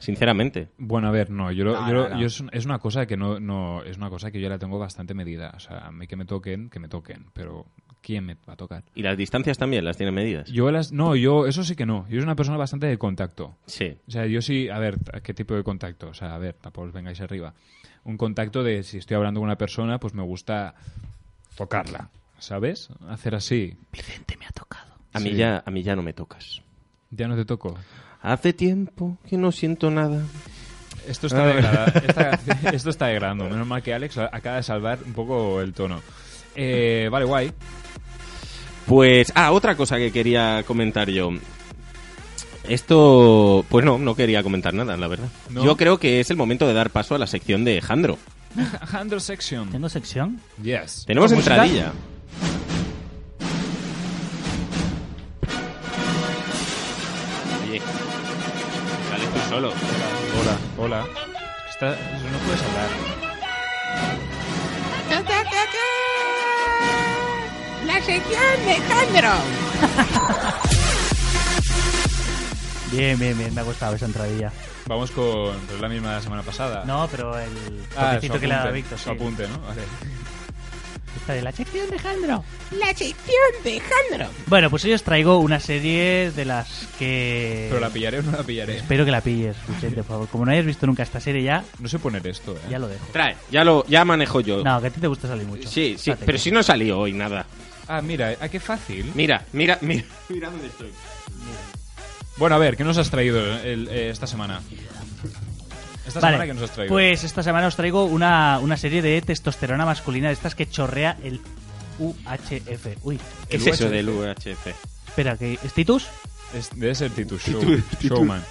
Sinceramente. Bueno, a ver, no, yo, lo- No, yo lo- no, no. yo es, un- es una cosa que no, no, es una cosa que yo la tengo bastante medida, o sea, a mí que me toquen, que me toquen, pero ¿quién me va a tocar? Y las distancias también las tiene medidas. Yo las no, yo eso sí que no, yo soy una persona bastante de contacto. Sí. O sea, yo sí, a ver, ¿a ¿qué tipo de contacto? O sea, a ver, tampoco os vengáis arriba. Un contacto de si estoy hablando con una persona, pues me gusta tocarla, ¿sabes? Hacer así. A mí, Sí. ya, a mí ya no me tocas. Ya no te toco. Hace tiempo que no siento nada. Esto está, degrada- esta- esto está degradando. Menos mal que Alex acaba de salvar un poco el tono. Eh, vale, guay. Pues, ah, otra cosa que quería comentar yo. Esto, pues no, no quería comentar nada, la verdad. No. Yo creo que es el momento de dar paso a la sección de Jandro. Handle section. ¿Tengo sección? Yes. Tenemos ¿Con música? entradilla. Oye, sales tú solo. Hola, hola. Está- no puedes hablar. La sección de Jandro. Bien, bien, bien, me ha gustado esa entradilla. Vamos con pues, la misma de la semana pasada. No, pero el Ah, toquecito su que le ha dado apunte, Víctor. su sí. apunte, ¿no? Vale. Esta de la sección de Jandro. La sección de Jandro. Bueno, pues hoy os traigo una serie de las que... Pero la pillaré o no la pillaré. Espero que la pilles, Vicente, por favor. Como no hayas visto nunca esta serie ya, No sé poner esto, ¿eh? ya lo dejo. Trae, ya lo, ya manejo yo. No, que a ti te gusta salir mucho. Sí, sí, Date pero cuenta. si no salió hoy nada. Ah, mira, ah, qué fácil. Mira, mira, mira. Mira dónde estoy. Bueno, a ver, ¿qué nos has traído el- eh, esta semana? Esta Vale, semana, ¿qué nos has traído? Pues esta semana os traigo una, una serie de testosterona masculina, de estas que chorrea el UHF. Uy, ¿Qué El es eso UHF? del UHF? espera, que ¿es Titus? Es- debe ser Titus Show- Showman.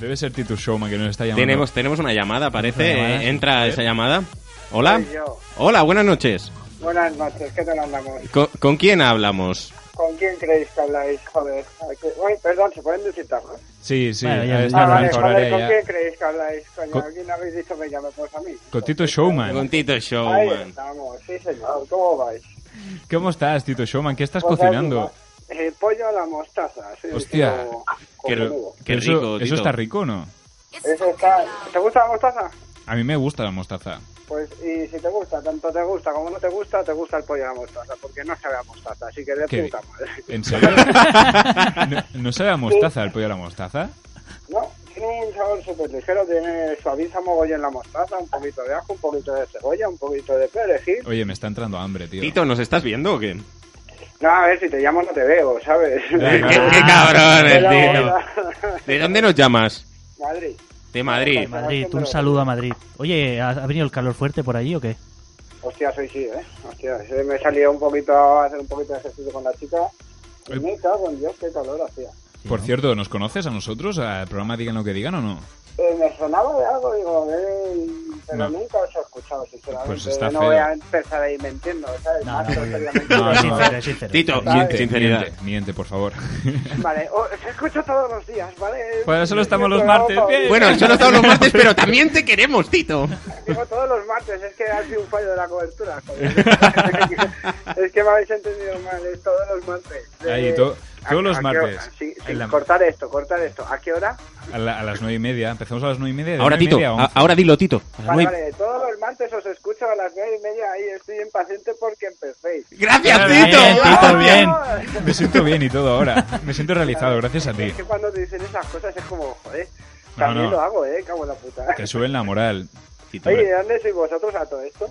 Debe ser Titus Showman que nos está llamando. Tenemos, tenemos una llamada, parece. Una llamada, Eh, sí. Entra esa llamada. Hola. Soy yo. Hola, buenas noches. Buenas noches, ¿qué tal andamos? ¿Con, con quién hablamos? ¿Con quién creéis que habláis? Joder, Ay, que- uy, perdón, ¿se pueden decir tablas? Sí, sí, Bueno, ya- ahí está Ah, la vale, mejor Joder, área ¿con ya. quién creéis que habláis? Coño, Con- ¿alguien habéis dicho me llame pues a mí? Con Tito Showman. Con Tito Ahí Showman. estamos, sí señor, ¿cómo vais? ¿Cómo estás, Tito Showman? ¿Qué estás Pues cocinando? ahí va. Eh, pollo a la mostaza, sí. Hostia. como- Qué, como ru- menudo. qué Eso- rico, ¿Eso Tito. está rico o no? Eso está... ¿Te gusta la mostaza? A mí me gusta la mostaza. Pues, y si te gusta, tanto te gusta como no te gusta, te gusta el pollo a la mostaza, porque no sabe a mostaza, así que de Qué puta madre. ¿En serio? ¿No, no sabe a mostaza el pollo a la mostaza? No, tiene un sabor súper ligero, tiene, suaviza mogollón la mostaza, un poquito de ajo, un poquito de cebolla, un poquito de perejil. Oye, me está entrando hambre, tío. Tito, ¿nos estás viendo o qué? No, a ver, si te llamo no te veo, ¿sabes? qué, qué Ah. cabrón Pero el Tito. bueno, ¿De dónde nos llamas? Madrid. De Madrid. Madrid, un saludo a Madrid. Oye, ¿ha, ha venido el calor fuerte por allí o qué? Hostia, soy sí, ¿eh? Hostia, se me salió un poquito a hacer un poquito de ejercicio con la chica. Y me cago en Dios, qué calor hacía. Por cierto, ¿nos conoces a nosotros? ¿Al programa Digan lo que digan o no? Eh, me sonaba de algo, digo, eh, pero No. nunca os he escuchado, sinceramente. Pues está no feo. voy a empezar ahí mintiendo, ¿sabes? No, no, Más que muy bien. seriamente. No, Es no. sincero, es sincero. Tito, Vale. sin- sinceridad. Miente, miente, por favor. Vale, o- os escucho todos los días, ¿vale? Bueno, solo Yo estamos los digo, martes, no, bien. Bueno, solo estamos los martes, pero también te queremos, Tito. Digo todos los martes, es que ha sido un fallo de la cobertura. joder. es que me habéis entendido mal, es todos los martes. Eh, Ahí, to- ¿a- todos los a qué martes. hora? Sí, sí, En la- cortar esto, cortar esto. ¿A qué hora? A, la- a las nueve y media. Empezamos a las nueve y media. de Ahora, nueve y Tito, media a a- once. ahora dilo, Tito. Vale, Muy- vale, todos los martes os escucho a las nueve y media ahí, estoy impaciente porque empecéis. Gracias, Bien, Tito. Tito, bien. Me siento bien y todo ahora. Me siento realizado, gracias a ti. Es que cuando te dicen esas cosas es como, joder, No, también no. lo hago, ¿eh? Cago en la puta. Te suben la moral. Tito, Oye, ¿de ¿de- dónde sois vosotros a todo esto?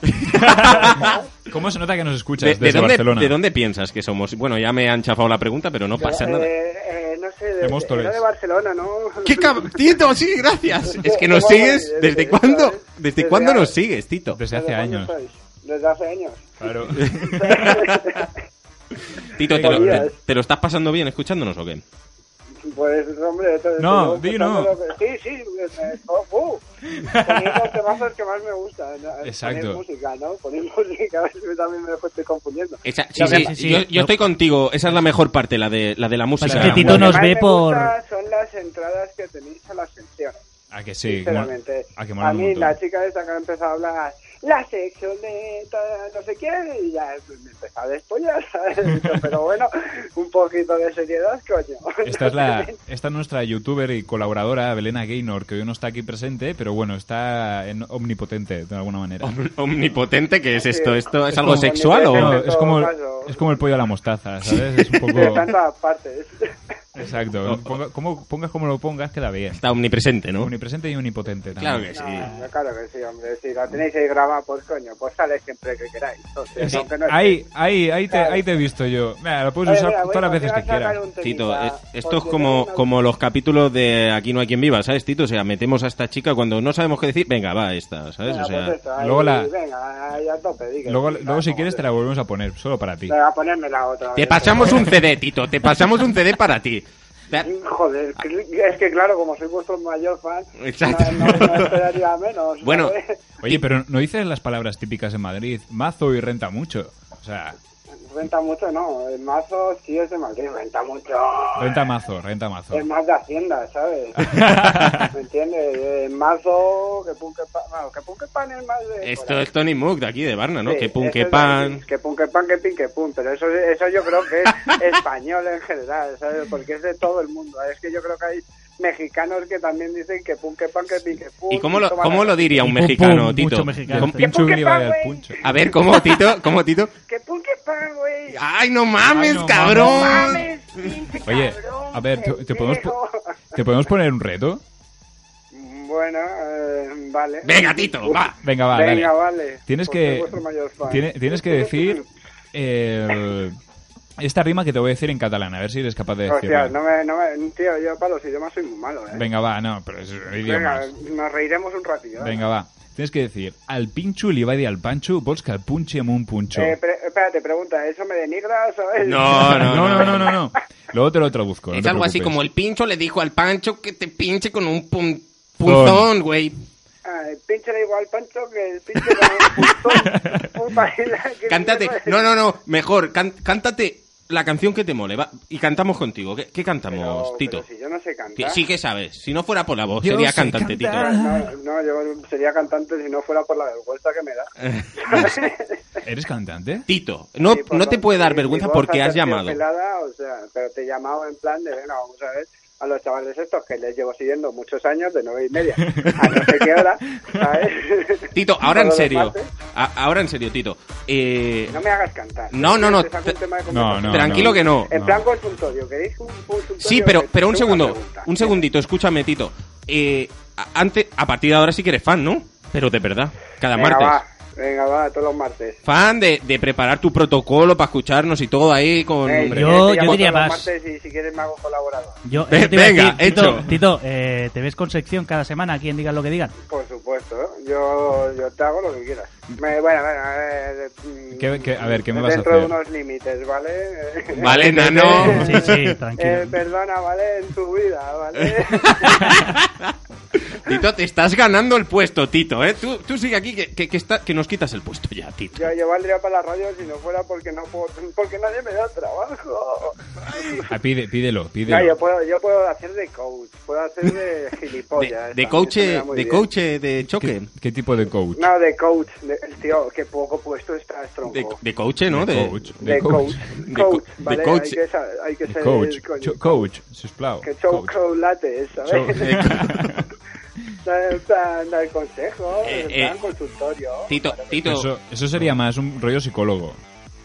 ¿Cómo se nota que nos escuchas ¿De, desde dónde, Barcelona? ¿De dónde piensas que somos? Bueno, ya me han chafado la pregunta, pero no pasa Eh, nada. eh, no sé, de, De Móstoles. era de Barcelona, ¿no? ¡Qué cab- Tito, sí, gracias. Es que nos Vamos, sigues. desde- ¿Desde cuándo? ¿Desde desde cuándo hace- nos sigues, Tito? Desde hace ¿Desde cuándo años. sois? Desde hace años. Claro. Tito, ¿te lo, Podías. te, te lo estás pasando bien escuchándonos o qué? Pues, hombre, entonces, No, estoy di no. escuchando lo que- Sí, sí, eh, oh, uh, ponéis los temazos que más me gustan. ¿no? Exacto. Ponéis música, ¿no? Ponéis música, a ver si también me estoy confundiendo. Esa- Lo sí, que sí, pa- yo, yo estoy contigo. Esa es la mejor parte, la de la, de la música. Pues que Tito lo que nos más ve me por- gusta Son las entradas que tenéis a las secciones. A Ah, que sí. Sinceramente. como- A que mola A un mí, montón. la chica esta que ha empezado a hablar, la sección de ta- no sé qué, y ya me empezó a despollar, ¿sabes? Pero bueno, un poquito de seriedad, coño. Esta es, la, esta es nuestra youtuber y colaboradora, Belena Gaynor, que hoy no está aquí presente, pero bueno, está en omnipotente de alguna manera. Omnipotente, ¿qué es esto? ¿Esto es algo sexual o...? No, es como, es como el pollo a la mostaza, ¿sabes? Es un De poco... tantas partes. Oh. Exacto. Ponga- como, pongas como lo pongas, queda bien. Está omnipresente, ¿no? Omnipresente y omnipotente. Claro que también. sí. No, claro que sí, hombre. Si la tenéis ahí grabada, pues coño, pues sale siempre que queráis. Entonces, Sí. aunque no esté. Ahí, ahí, ahí, te, ahí te he visto yo. Mira, lo puedes Oye, usar mira, voy- todas las voy a veces que sacar quieras. un Tito, temita, es- esto es porque como, tengo una- como los capítulos de Aquí no hay quien viva, ¿sabes, Tito? O sea, metemos a esta chica cuando no sabemos qué decir, venga, va, esta, ¿sabes? Venga, O sea, pues esto, ahí, luego la- Venga, ahí a tope, di que Luego, sí, luego si quieres, te la volvemos a poner, solo para ti. Venga, ponerme la otra. te vez. pasamos un CD, Tito, te pasamos un CD para ti. Joder, es que claro, como soy vuestro mayor fan, Exacto. no, no esperaría menos. Bueno. ¿sabes? Oye, pero no dices las palabras típicas en Madrid. Mazo y renta mucho. O sea, Renta mucho, no. El mazo sí es de Madrid, renta mucho. renta mazo, renta mazo. Es más de Hacienda, ¿sabes? ¿Me entiendes? El mazo, que pun que pan, bueno, que pun que pan es más de... Esto es Tony Mook de aquí, de Barna, ¿no? Sí, que pun, eso que es pan... así, Que pun, que pan, que pin, que pun. Pero eso, eso yo creo que es español en general, ¿sabes? Porque es de todo el mundo. Es que yo creo que hay mexicanos que también dicen que pun, que pan, que pin, que pun. ¿Y cómo lo, toman cómo la- lo diría un Y pum, pum, mexicano, mucho Tito? mexicano. ¿Cómo- Que pun, que pan, güey. A ver, ¿cómo, Tito? ¿Cómo, Tito? Que pun, que pan, güey. ¡Ay, no mames, Ay, no cabrón! mames, pinche Oye, cabrón, a ver, ¿te, te podemos, po- pendejo. ¿te podemos poner un reto? Bueno, eh, vale. Venga, Tito, va. Venga, va, dale. Venga, vale. Tienes Porque que, es vuestro mayor fan. tiene- tienes que decir eh, esta rima que te voy a decir en catalán, a ver si eres capaz de Hostia, decirla. no me, no me, tío, yo para los idiomas soy muy malo, eh. Venga, va, no, pero es Venga, idiomas. nos reiremos un ¿eh? ratito. Venga, va. Tienes que decir, al pinxo li va dir al panxo, vols que el punxi amb un punxo? Eh, pre- espérate, pregunta, ¿eso me denigra, sabes? no, no, no, no, no. Luego te lo traduzco. Pues no Es te algo así preocupes. como el pincho le dijo al pancho que te pinche con un pun- punzón, güey. Ah, el pinche da igual Pancho que el pinche da igual Puto. Puta, ¿qué Cántate. mierda es? No, no, no. Mejor. can- cántate la canción que te mole. Va, y cantamos contigo. ¿Qué, qué Pero- cantamos, pero Tito? si yo no sé Sí- cantar. Sí que sabes. Si no fuera por la voz, Yo sería sé cantante, No, Tito. no, no, yo sería cantante si no fuera por la vergüenza que me da. ¿Eres cantante? Tito, no, Sí, por no te lo- puede dar mi- vergüenza mi voz porque has antes llamado. pelada, o sea, pero te he llamado en plan de, venga, vamos a ver, a los chavales estos que les llevo siguiendo muchos años, de nueve y media, a no sé qué hora, ¿sabes? Tito, ahora en Todos los serio. martes. A- ahora en serio, Tito. Eh, ¿eh? No me hagas cantar. No, no, no. Te saco un tema de No, conversación. no, Tranquilo no. que no. En No. plan consultorio, ¿queréis un consultorio? Sí, pero, que pero un te haga una segundo, pregunta? un segundito, escúchame, Tito. Eh, a- ante- a partir de ahora sí que eres fan, ¿no? Pero de verdad, cada Venga, martes. va, venga, va, todos los martes. Fan de, de preparar tu protocolo para escucharnos y todo ahí con... Eh, hombre. este si quieres, te llamo diría todos los más. martes y si quieres me hago colaborador. Yo, Ve- eso Eh, te iba a venga, decir, Tito, hecho. Tito, eh, te ves con sección cada semana, a quien digan lo que digan. Por supuesto, ¿eh? yo, yo te hago lo que quieras. Me- bueno, bueno, a ver. mm, ¿Qué- qué- a ver, ¿qué me vas a Dentro hacer? de unos límites, ¿vale? Vale, nano. Sí, sí, tranquilo. Eh, perdona, ¿vale? En tu vida, ¿vale? Tito, te estás ganando el puesto, Tito, ¿eh? Tú, tú sigue aquí, que, que, que está, que nos quitas el puesto ya, Tito. yo, yo valdría para la radio si no fuera porque no puedo, porque nadie me da trabajo. Ah, pide- pídelo, No, pídelo. yo puedo, yo puedo hacer de coach, puedo hacer de gilipollas. De también, coach, se me da eh, muy de bien. coach eh, de choque. ¿Qué, qué tipo de coach? No, de coach. de- tío, qué poco puesto estás, tronco. De, de coach, ¿no? De De coach, De coach. De co- Coach, de ¿vale? coach. Hay que, sa- hay que ser Coach, coño, cho- coach, sisplau. Que chocolates, ¿sabes? eh, Dar- dar- dar consejo, Eh, eh. dar consultorio. Tito, Tito, Eso, eso sería más un rollo psicólogo.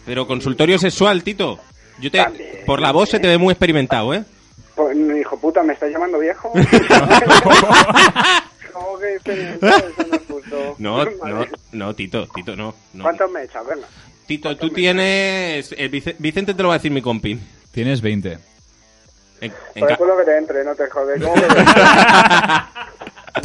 pero consultorio sexual, Tito. Yo te, También. por la voz se te ve muy experimentado, ¿eh? Pues, no, hijo puta, ¿me estás llamando viejo? ¿Cómo que experimentado? Eso no es justo. No, Madre. no, no, Tito, Tito, no. no. ¿Cuántos me echas? Venga. Tito, tú tienes... eh, Vic- Vicente te lo va a decir mi compi. Tienes 20. En- en Por ca- el culo que te entre, no te jodes. ¿Cómo que-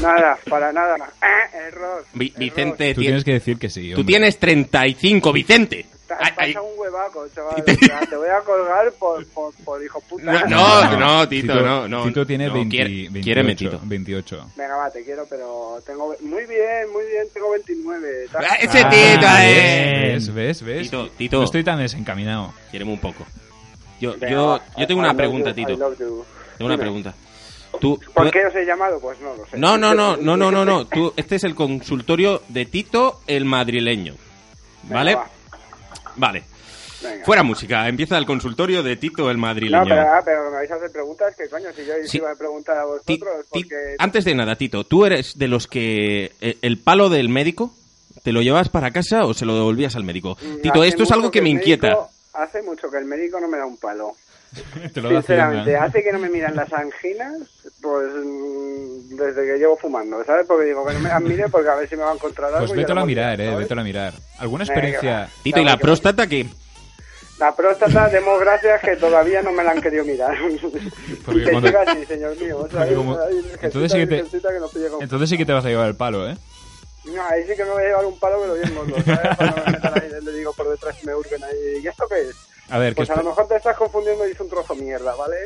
nada, para nada. Ah, error. Vi- Vicente, Tú tien- tienes que decir que sí. tú hombre. tienes 35, Vicente. Ay, ay. pasa un huevaco, chaval. o sea, te voy a colgar por, por, por hijo puta. No, no, no, Tito, no, no. Tito tiene No, 20, quiere- 28, quiéreme, Tito. 28. Venga, va, te quiero, pero tengo... Muy bien, muy bien, tengo 29. tal. ese Tito, Ah, eh. ¿Ves, ves, ves? Tito, Tito. No estoy tan desencaminado. Quiereme un poco. Yo, Venga, yo, va, yo tengo I una love pregunta, you, I Tito. Tengo love you. una Dime. pregunta. Tú, ¿Por qué os he llamado? Pues no lo sé. No, no, no, no, no, no, no. Tú, este es el consultorio de Tito el madrileño. ¿Vale? Venga, Vale. Venga. Fuera música, empieza el consultorio de Tito el No, madrileño. pero, ah, pero me vais a hacer preguntas, que coño, si yo os Sí. iba a preguntar a vosotros, porque... Antes de nada, Tito, ¿tú eres de los que eh, el palo del médico te lo llevas para casa o se lo devolvías al médico? Tito, hace esto es mucho algo que me el inquieta. médico- hace mucho que el médico no me da un palo. Te lo da ¿eh? Sinceramente, Hacienda. hace que no me miran las anginas, pues mm, desde que llevo fumando, ¿sabes? Porque digo que no me las mire porque a ver si me va a encontrar algo. Pues y vete yo no a voy mirar, eh, ¿sabes? vete a mirar. ¿Alguna Venga, experiencia? va. Tito, ¿y la Venga. próstata qué? La próstata, demos gracias que todavía no me la han querido mirar. Porque que cuando- siga así, señor mío. ¿sabes? Porque como- Ay, virgencita, entonces sí que te- virgencita, que no pille con- Entonces sí que te vas a llevar el palo, ¿eh? No, ahí sí que me voy a llevar un palo, pero bien gordo, ¿sabes? Para no me metan ahí, le digo por detrás y me hurguen ahí. ¿Y esto qué es? A ver, Pues que a lo espe- mejor te estás confundiendo y es un trozo mierda, ¿vale?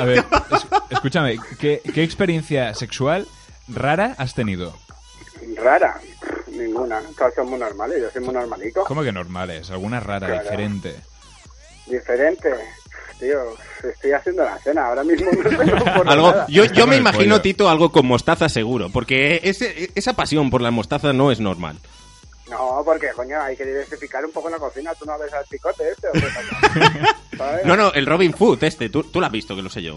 a ver, es- escúchame, ¿qué, qué experiencia sexual rara has tenido? Rara. Ninguna. Todas son muy normales, yo soy muy normalito. ¿Cómo que normales? ¿Alguna rara, Claro. diferente? Diferente. Tío, estoy haciendo la cena ahora mismo. No me acuerdo Algo, nada. yo yo me el imagino, pollo. Tito, algo con mostaza seguro, porque ese- esa pasión por la mostaza no es normal. No, porque coño, hay que diversificar un poco la cocina. Tú no ves al picote este. ¿o qué ¿Sabes? No, no, el Robin Food, este, tú, tú lo has visto, que lo sé yo.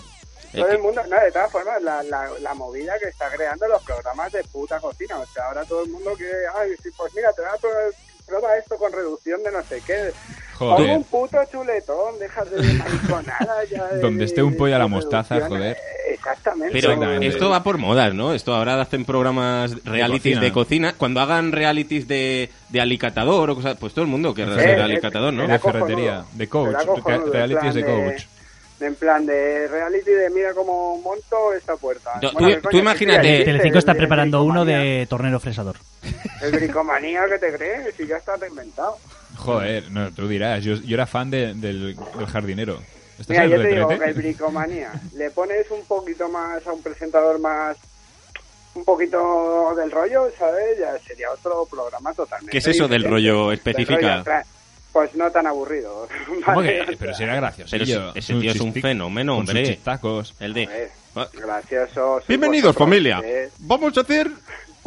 Eh, Todo el mundo, no, de todas formas, la, la, la movida que está creando los programas de puta cocina. O sea, ahora todo el mundo quiere, ay, sí, pues mira, te voy a probar- prueba esto con reducción de no sé qué. Joder. Pon un puto chuletón, déjate de mariconada. Ya de- Donde esté un pollo a la de mostaza, reducción. joder. Exactamente. Pero Exactamente. esto va por modas, ¿no? Esto ahora hacen programas realities cocina. de cocina. Cuando hagan realities de, de alicatador o cosas, pues todo el mundo querrá ser eh, alicatador, ¿no? será De ferretería, cojonudo. de coach, Será re- cojonudo, realities de en plan coach. de- En plan de reality de mira cómo monto esta puerta. Tú- Bueno, tú- ¿qué tú coño? imagínate- Sí, sí, Telecinco está el- el preparando uno bricomanía. de tornero fresador. El bricomanía que te crees y ya está reinventado. Joder, no, tú dirás, yo, yo era fan de- del, del jardinero. ¿Estás Mira, en yo te digo que el retrete? bricomanía le pones un poquito más a un presentador más un poquito del rollo, ¿sabes? Ya sería otro programa totalmente. ¿Qué es eso del diferente. rollo? Del Especifica. rollo tra- pues no tan aburrido. ¿Cómo ¿vale? que? O sea, Pero si era gracioso. Pero ese- ese tío es un fenómeno, hombre. tacos. El de... Ah, Gracioso. soy Bienvenidos, vosotros, familia. ¿eh? Vamos a hacer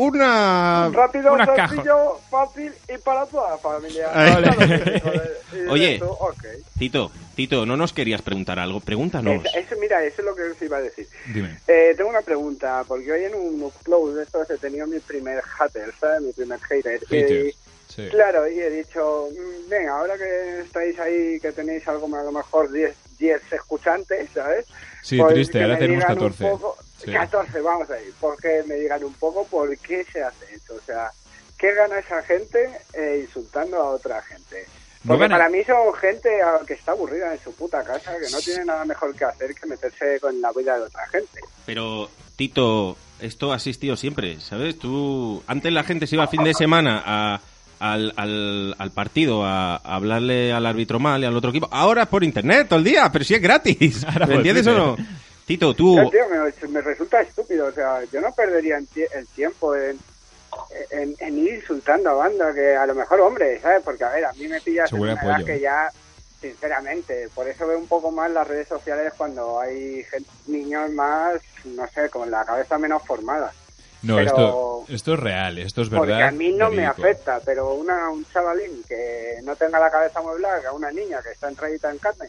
una... Rápido, una caja. sencillo, fácil y para toda la familia. Ay. Para los hijos, ¿eh? Y Oye. tú, ok. Tito, Tito, no nos querías preguntar algo. Pregúntanos. Es- eso, mira, eso es lo que os iba a decir. Dime. Eh, tengo una pregunta, porque hoy en un upload de estos he tenido mi primer hater, ¿sabes? Mi primer hater. Haters, Eh, Y, sí. Claro, y he dicho, "Mm, venga, ahora que estáis ahí, que tenéis algo más, a lo mejor 10, 10 escuchantes, ¿sabes? Sí, Pues triste, que ahora me tenemos digan un 14. poco- Sí. 14, vamos ahí, porque me digan un poco por qué se hace eso, o sea, ¿qué gana esa gente eh, insultando a otra gente? No Porque gana- para mí son gente ah, que está aburrida en su puta casa, que no tiene nada mejor que hacer que meterse con la vida de otra gente. Pero, Tito, esto ha existido siempre, ¿sabes? Tú, antes la gente se iba al fin de semana a- al, al- al partido a, a hablarle al árbitro mal y al otro equipo. Ahora es por internet todo el día, pero si es gratis. Ahora ¿Me por entiendes o no? Twitter. Tito, tú... Ya, tío, me, me resulta estúpido, o sea, yo no perdería en tie- el tiempo en, en- en ir insultando a banda, que a lo mejor, hombre, ¿sabes? Porque, a ver, a mí me pillas Se en huele una a edad pollo, que ¿eh? ya, sinceramente, por eso veo un poco más las redes sociales cuando hay gen- niños más, no sé, con la cabeza menos formada. No, Pero- esto, esto es real, esto es verdad. Porque a mí no me verídico. afecta, pero una, un chavalín que no tenga la cabeza amueblada, que a una niña que está entradita en carne,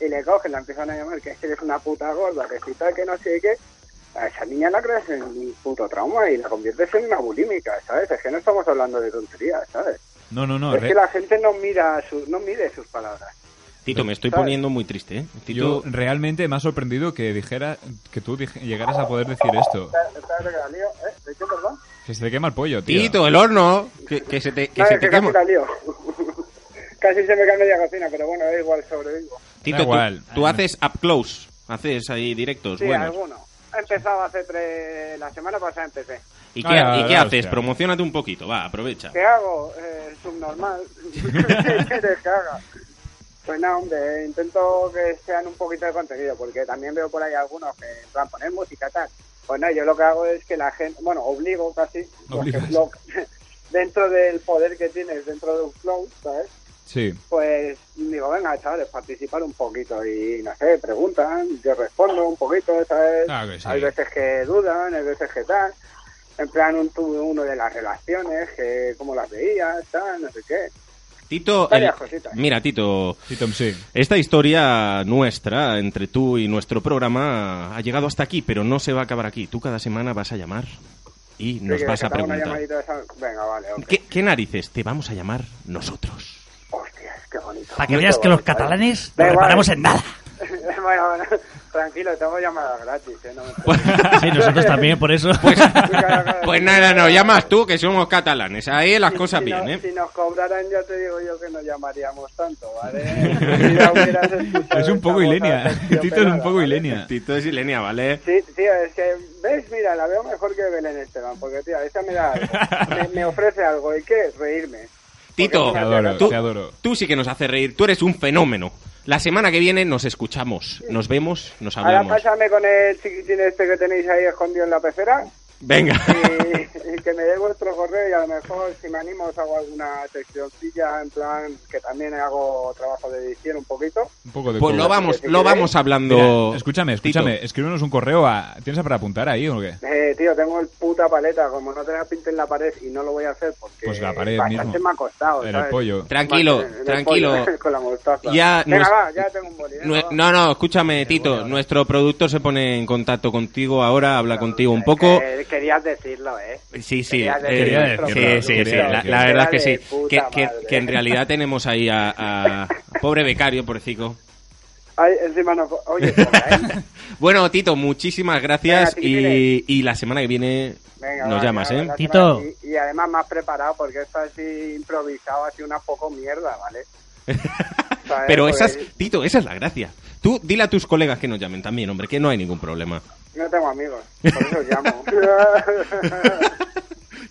y le cogen, la empiezan a llamar que es que eres una puta gorda, que si tal, que no sé qué, a esa niña la creas en un puto trauma y la conviertes en una bulímica, ¿sabes? Es que no estamos hablando de tonterías, ¿sabes? No, no, no. es re- que la gente no mira su- no mide sus palabras. Tito, me estoy ¿Sabes? poniendo muy triste, ¿eh? Yo Tito, realmente me ha sorprendido que dijera que tú dij- llegaras a poder decir esto. Espérate, espérate que la lío, ¿eh? ¿De qué, perdón? Que se te quema el pollo, tío. Tito, el horno, que, que se te, que No, se es te que casi quema. la lío. casi se me cae media cocina, pero bueno, da igual, sobrevivo. Tito, Da tú, igual. tú haces up close, haces ahí directos, Sí, buenos. alguno. He empezado hace tres... La semana pasada empecé. ¿Y Ah, qué, ya, y ya, qué ya, haces? hostia. Promocionate un poquito, va, aprovecha. ¿Qué hago? Eh, subnormal. ¿Qué quieres que haga? Pues nada, hombre, intento que sean un poquito de contenido, porque también veo por ahí algunos que van a poner música tal. Pues no, yo lo que hago es que la gente, bueno, obligo casi, porque Obligas. lo- dentro del poder que tienes dentro de un flow, ¿sabes? Sí. Pues digo, venga, chavales, participar un poquito y no sé, preguntan, yo respondo un poquito, ¿sabes? Ah, que sí. Hay veces que dudan, hay veces que tal. En plan, un, tuve uno de las relaciones, que cómo las veías, tal, no sé qué. Tito, Varias cositas. mira, Tito, esta historia nuestra entre tú y nuestro programa ha llegado hasta aquí, pero no se va a acabar aquí. Tú cada semana vas a llamar y Sí, nos que vas a te hago una preguntar. llamadita de esa- Venga, vale, ok. ¿Qué, qué narices te vamos a llamar nosotros? Qué bonito. Para que veas que los catalanes Da no igual. reparamos en nada. bueno, bueno, tranquilo, tengo llamadas gratis, ¿eh? No me- Sí, nosotros también, por eso. Pues, pues nada, no, llamas tú, que somos catalanes. Ahí las cosas si, bien, no- ¿eh? si nos cobraran, ya te digo yo que no llamaríamos tanto, ¿vale? Si la hubieras escuchado Es un poco esta voz Ilenia. Tito es un terciopelada, poco Ilenia. Tito es Ilenia, ¿vale? Sí, tío, es que, ¿ves? Mira, la veo mejor que Belén Esteban, porque, tío, esa me da algo. Me, me ofrece algo, ¿y qué? Reírme. Tito, Te adoro, tú, te adoro. tú sí que nos haces reír, tú eres un fenómeno. La semana que viene nos escuchamos, nos vemos, nos Ahora hablamos. pásame con el chiquitín este que tenéis ahí escondido en la pecera Venga. y, y que me dé vuestro correo y a lo mejor si me animo os hago alguna seccióncilla en plan que también hago trabajo de edición un poquito. Un poco de Pues cobre. lo vamos- lo vamos hablando, Mira, escúchame, Tito. escúchame. Escríbenos un correo a. ¿Tienes para apuntar ahí o qué? Eh, tío, tengo el puta paleta, como no tenga pinta en la pared y no lo voy a hacer porque Pues la pared bastante mismo. me ha costado. En ¿sabes? el pollo. Tranquilo, En el tranquilo. pollo, con la mostaza. Ya Venga, nos- va, ya tengo un bolígrafo. Nue- No, no, escúchame, Tito. Nuestro productor se pone en contacto contigo ahora, habla contigo un poco. Eh, querías decirlo, ¿eh? Sí, sí, Querías eh, decirlo, Quería decirlo, sí, quería sí, sí, decirlo. la, la verdad que sí. Que, que- que en realidad tenemos ahí a, a- pobre becario, pobrecito. Ay, encima no... Oye, ¿eh? Bueno, Tito, muchísimas gracias Venga, y, y la semana que viene Venga, nos va, llamas, ya, ¿eh? la semana- Y, y además más preparado, porque esto así improvisado, así una poco mierda, ¿vale? ¿Sabes? Pero Porque esas, Tito, esa es la gracia. Tú dile a tus colegas que nos llamen también, hombre, que no hay ningún problema. No tengo amigos, por eso os llamo.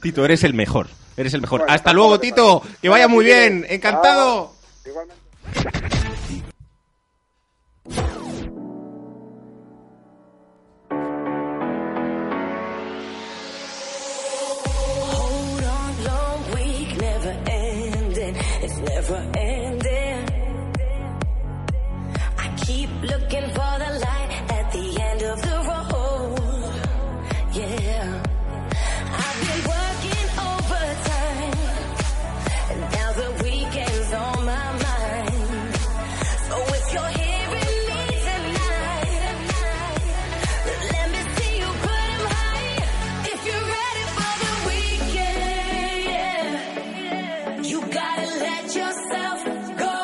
Tito, eres el mejor, eres el mejor. Bueno, Hasta luego, tampoco te Tito, parece. que vaya muy Venga, bien, Tito. encantado. Ah, igualmente. Hold on, long week, never ending. It's never ending. I keep looking for the light at the end of the road. Yeah. I've been working overtime. And now the weekend's on my mind. So if you're hearing me tonight, let me see you put 'em high. If you're ready for the weekend, you gotta let yourself go.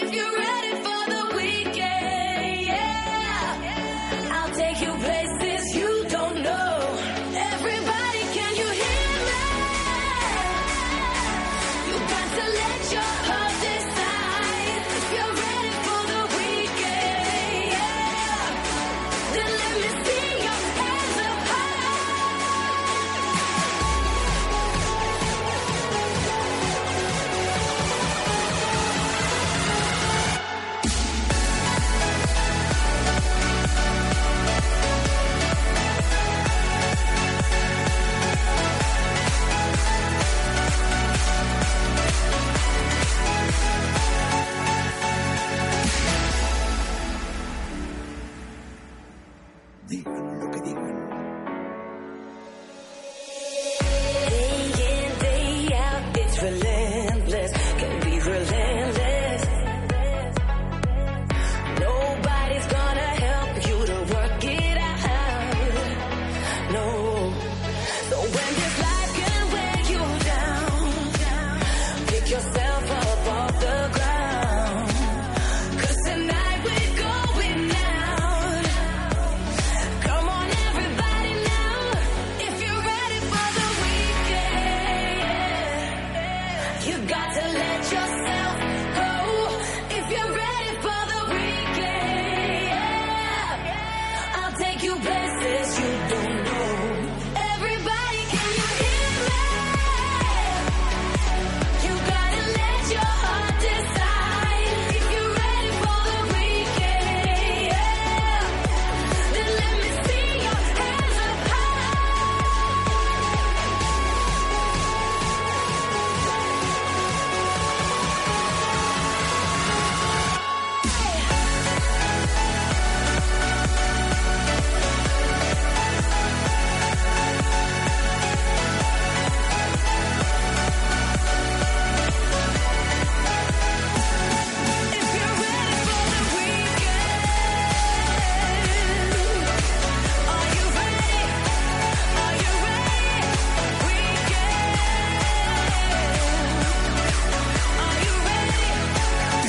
If you're ready for the weekend, I'll take you places you don't know. Everybody, can you hear me? You got to let your heart decide. If you're ready for the weekend, then let me see your hands up high. Day in, day out, it's relentless. Can be relentless. Nobody's gonna help you to work it out. No. So when this life can wear you down, pick yourself up off the ground. 'Cause tonight we're going out. Come on, everybody. Oh,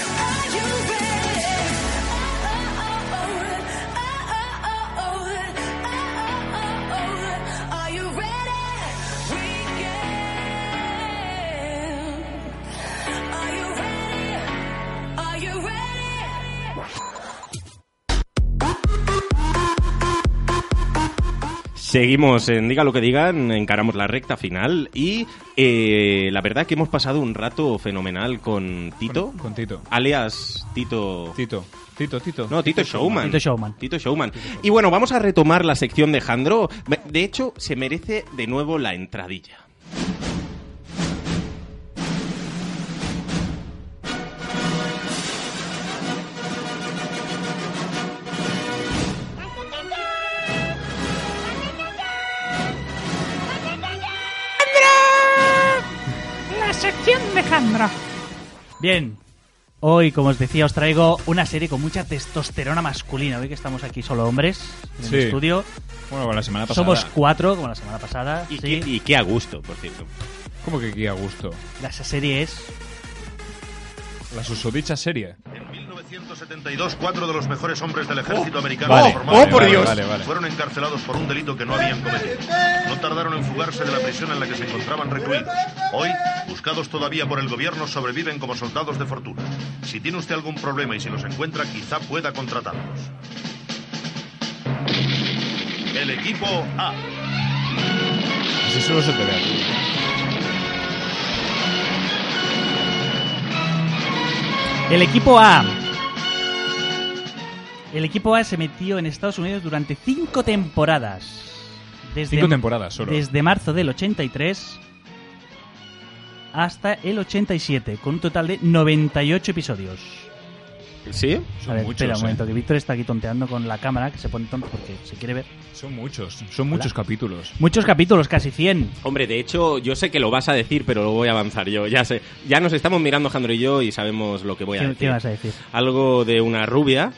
Seguimos en Diga lo que digan, encaramos la recta final y eh, la verdad que hemos pasado un rato fenomenal con Tito. Con- con Tito. Alias Tito. Tito. Tito, Tito. No, Tito, Showman. Tito Showman. Tito Showman. Y bueno, vamos a retomar la sección de Jandro. De hecho, se merece de nuevo la entradilla. La sección de Jandro. Bien. Hoy, como os decía, os traigo una serie con mucha testosterona masculina. Hoy que estamos aquí solo hombres en Sí. el estudio. Bueno, con la semana pasada. Somos cuatro, como la semana pasada. Y, sí. qué, y qué a gusto, por cierto. ¿Cómo que aquí a gusto? La- Esa serie es... La susodicha serie. 72, cuatro de los mejores hombres del ejército americano vale. formados Oh, por en Dios. Irak Vale, vale. fueron encarcelados por un delito que no habían cometido. No tardaron en fugarse de la prisión en la que se encontraban recluidos. Hoy, buscados todavía por el gobierno, sobreviven como soldados de fortuna. Si tiene usted algún problema y se los encuentra, quizá pueda contratarlos. El equipo A. Así solo se te ve a ti. El equipo A. El equipo A se metió en Estados Unidos durante cinco temporadas. Desde, Cinco temporadas solo. Desde marzo del 83 hasta el 87, con un total de 98 episodios. ¿Sí? A ver, espera ¿eh? un ¿eh? momento, que Víctor está aquí tonteando con la cámara, que se pone tonto porque se quiere ver. Son muchos, son muchos capítulos. Muchos capítulos, casi 100. Hombre, de hecho, yo sé que lo vas a decir, pero lo voy a avanzar yo. Ya sé. Ya nos estamos mirando Jandro y yo y sabemos lo que voy a ¿Qué, decir. qué vas a decir? Algo de una rubia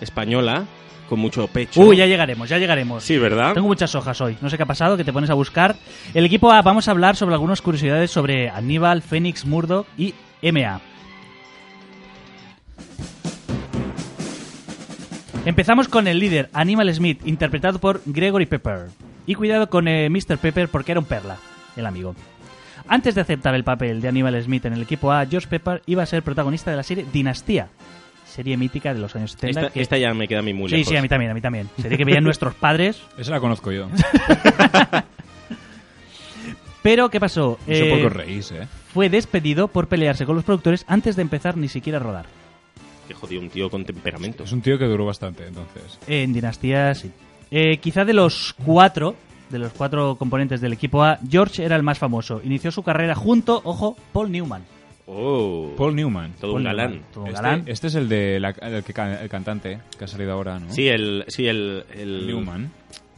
española con mucho pecho. Uy, ya llegaremos, ya llegaremos. Sí, ¿verdad? Tengo muchas hojas hoy. No sé qué ha pasado, que te pones a buscar. El equipo A, vamos a hablar sobre algunas curiosidades sobre Aníbal, Fénix, Murdoch y MA. Empezamos con el líder, Aníbal Smith, interpretado por Gregory Pepper. Y cuidado con eh, Mr. Pepper porque era un perla, el amigo. Antes de aceptar el papel de Aníbal Smith en el equipo A, George Pepper iba a ser protagonista de la serie Dinastía, serie mítica de los años 70. Esta, que- esta ya me queda a mí muy Sí, lejos. sí, a mí también, a mí también. Sería que veían nuestros padres. Esa la conozco yo. Pero, ¿qué pasó? No sé por qué os reís, ¿eh? Fue despedido por pelearse con los productores antes de empezar ni siquiera a rodar. Que jodido, un tío con temperamento. Es un tío que duró bastante, entonces. En Dinastía, sí. Eh, quizá de los cuatro, de los cuatro componentes del equipo A, George era el más famoso. Inició su carrera junto, ojo, Paul Newman. Oh. Paul Newman. Todo un Paul galán. Newman, todo un Este, galán. este es el de la- el, que can- el cantante que ha salido ahora, ¿no? Sí, el. Sí, el, el- Newman.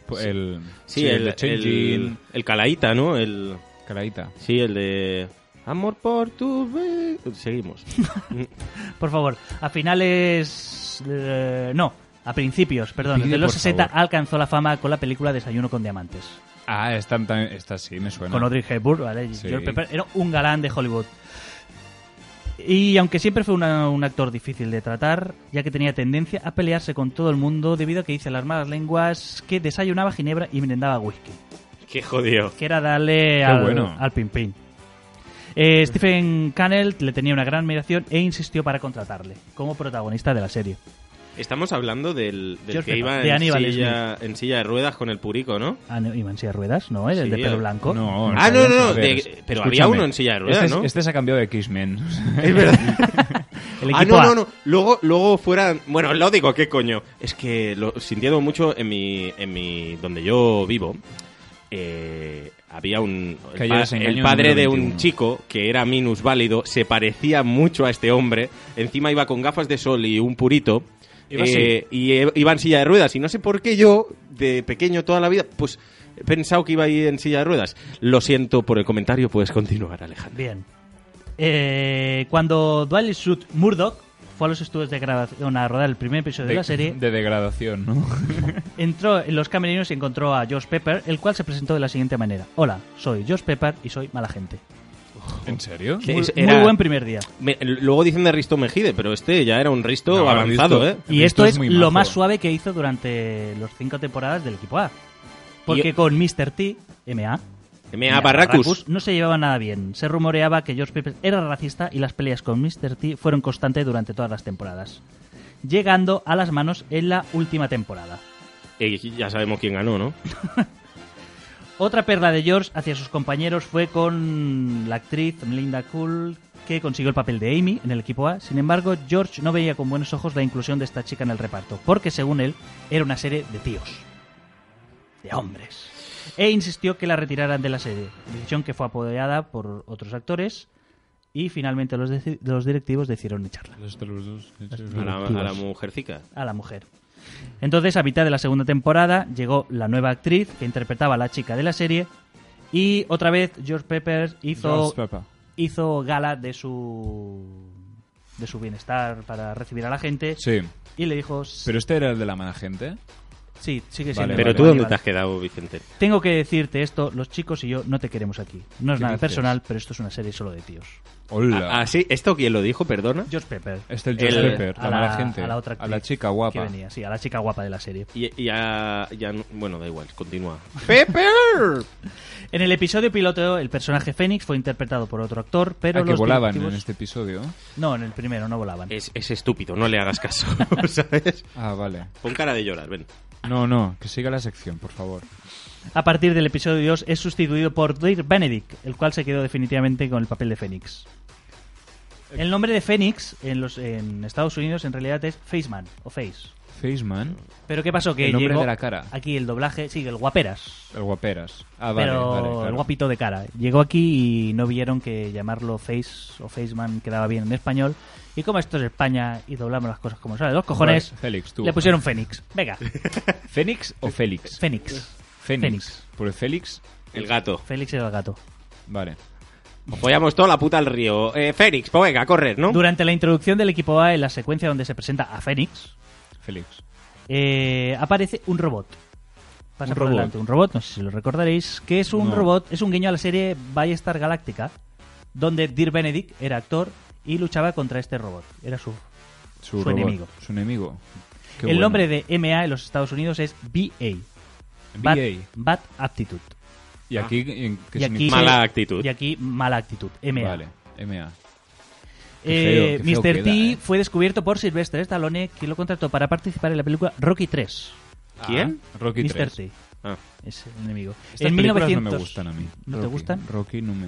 Pues Sí. el- Sí, sí, el el. de Changing. el- el Calaíta, ¿no? El. Calaíta. Sí, el de. Amor por tu. be- Seguimos. Por favor, a finales... eh, no, a principios, perdón. Pide, de los por 60 favor. alcanzó la fama con la película Desayuno con Diamantes. Ah, esta, tam- esta sí me suena. con Audrey Hepburn, ¿vale? Sí. George Pepper era un galán de Hollywood. Y aunque siempre fue una- un actor difícil de tratar, ya que tenía tendencia a pelearse con todo el mundo debido a que dice las malas lenguas que desayunaba ginebra y merendaba whisky, Qué jodido. que era darle Qué al, bueno. al pimpín. Eh, Stephen Cannell le tenía una gran admiración e insistió para contratarle como protagonista de la serie. Estamos hablando del, del George que Pepper, iba de en Aníbal silla, en silla de ruedas con el purico, ¿no? Ah, no, iba en silla de ruedas, ¿no? El Sí, de pelo eh. blanco. No, Ah, no, no, no, de- pero había uno en silla de ruedas, este, es- ¿no? Este se ha cambiado de X-Men. Es verdad. El ah, equipo no, A. no, no. Luego, luego fuera. Bueno, lo digo, ¿qué coño? Es que lo sintiendo mucho en mi. en mi. donde yo vivo. eh, había un. Calle El, pa- Desengaño el padre número de un 21. chico que era minusválido, se parecía mucho a este hombre. Encima iba con gafas de sol y un purito. Iba eh, y eh, iba en silla de ruedas. Y no sé por qué yo, de pequeño toda la vida, pues he pensado que iba a ir en silla de ruedas. Lo siento por el comentario, puedes continuar, Alejandro. Bien. Eh, cuando Dwight Schrute Murdoch fue a los estudios de grabación a rodar el primer episodio de, De, la serie, de degradación, ¿no? entró en los camerinos y encontró a Josh Pepper, el cual se presentó de la siguiente manera. Hola, soy Josh Pepper y soy mala gente. ¿En serio? Que Muy, es- muy era- buen primer día. Me- luego dicen de Risto Mejide, pero este ya era un Risto No, avanzado, Risto- ¿eh? Y esto es, muy majo. lo más suave que hizo durante los cinco temporadas del equipo A. Porque Y- con Mr. T, MA, M.A. Barracus. no se llevaba nada bien. Se rumoreaba que George Pepper era racista y las peleas con Mr. T fueron constantes durante todas las temporadas, llegando a las manos en la última temporada. Eh, ya sabemos quién ganó, ¿no? Otra perla de George hacia sus compañeros fue con la actriz Melinda Cool, que consiguió el papel de Amy en el equipo A. Sin embargo, George no veía con buenos ojos la inclusión de esta chica en el reparto, porque según él, era una serie de tíos, de hombres. E insistió que la retiraran de la serie, decisión que fue apoyada por otros actores. Y finalmente los, deci- los directivos decidieron echarla. A la, a la mujercica. A la mujer. Entonces, a mitad de la segunda temporada, llegó la nueva actriz que interpretaba a la chica de la serie. Y otra vez, George Pepper hizo, George Pepper. hizo gala de su de su bienestar para recibir a la gente. Sí. Y le dijo... Pero este era el de la mala gente. Sí, sigue siendo. Vale, Pero vale, tú, vale, ¿dónde vale. te has quedado, Vicente? Tengo que decirte esto, los chicos y yo no te queremos aquí. No es ¿Qué nada dices? personal, pero esto es una serie solo de tíos. Ah, ah, sí, ¿Esto quién lo dijo? Perdona. George Pepper. Este el George Pepper, la a mala gente, A la otra a la actriz chica guapa. Que venía, sí, a la chica guapa de la serie. Y, y a- ya no- bueno, da igual, continúa. ¡Pepper! en el episodio piloto, el personaje Fénix fue interpretado por otro actor, pero Ah, que los volaban directivos- en este episodio. No, en el primero no volaban. Es, es estúpido, no le hagas caso, ¿sabes? Ah, vale. Pon cara de llorar, ven. No, no, que siga la sección, por favor. A partir del episodio 2 es sustituido por Dirk Benedict, el cual se quedó definitivamente con el papel de Fénix. El nombre de Fénix en, los, en Estados Unidos en realidad es Faceman o Face. Faceman. Pero ¿qué pasó? Que El nombre llegó de la cara. Aquí el doblaje, sí, el guaperas. El guaperas. Ah, vale, pero vale, claro. el guapito de cara. Llegó aquí y no vieron que llamarlo Face o Faceman quedaba bien en español. Y como esto es España y doblamos las cosas como salen los cojones, Vale, Félix, tú. le pusieron Fénix. Venga. ¿Fénix o Félix? Fénix. Fénix. Por el Félix. El gato. Félix era el gato. Vale. Follamos toda la puta al río. Eh, Félix, pues venga, a correr, ¿no? Durante la introducción del equipo A en la secuencia donde se presenta a Fénix, Félix. eh, aparece un robot. Pasa Un por robot. delante un robot, no sé si lo recordaréis, que es un No. robot, es un guiño a la serie Ballestar Galáctica, donde Dirk Benedict era actor y luchaba contra este robot. Era su, su robot. enemigo. Su enemigo. Qué el bueno. nombre de MA en los Estados Unidos es BA. Bad, BA. Bad Aptitude. ¿Y aquí en qué Y aquí significa? se- Y aquí mala actitud, MA. Vale, MA. Eh, Qué feo- qué feo queda, Mr. T fue descubierto por Sylvester Stallone, que lo contrató para participar en la película Rocky 3. ¿Quién? Ah, Rocky Mr. 3. T. Ah. Es el enemigo. Estas en películas 1900... no me gustan a mí. ¿No te Rocky. gustan? Rocky no me...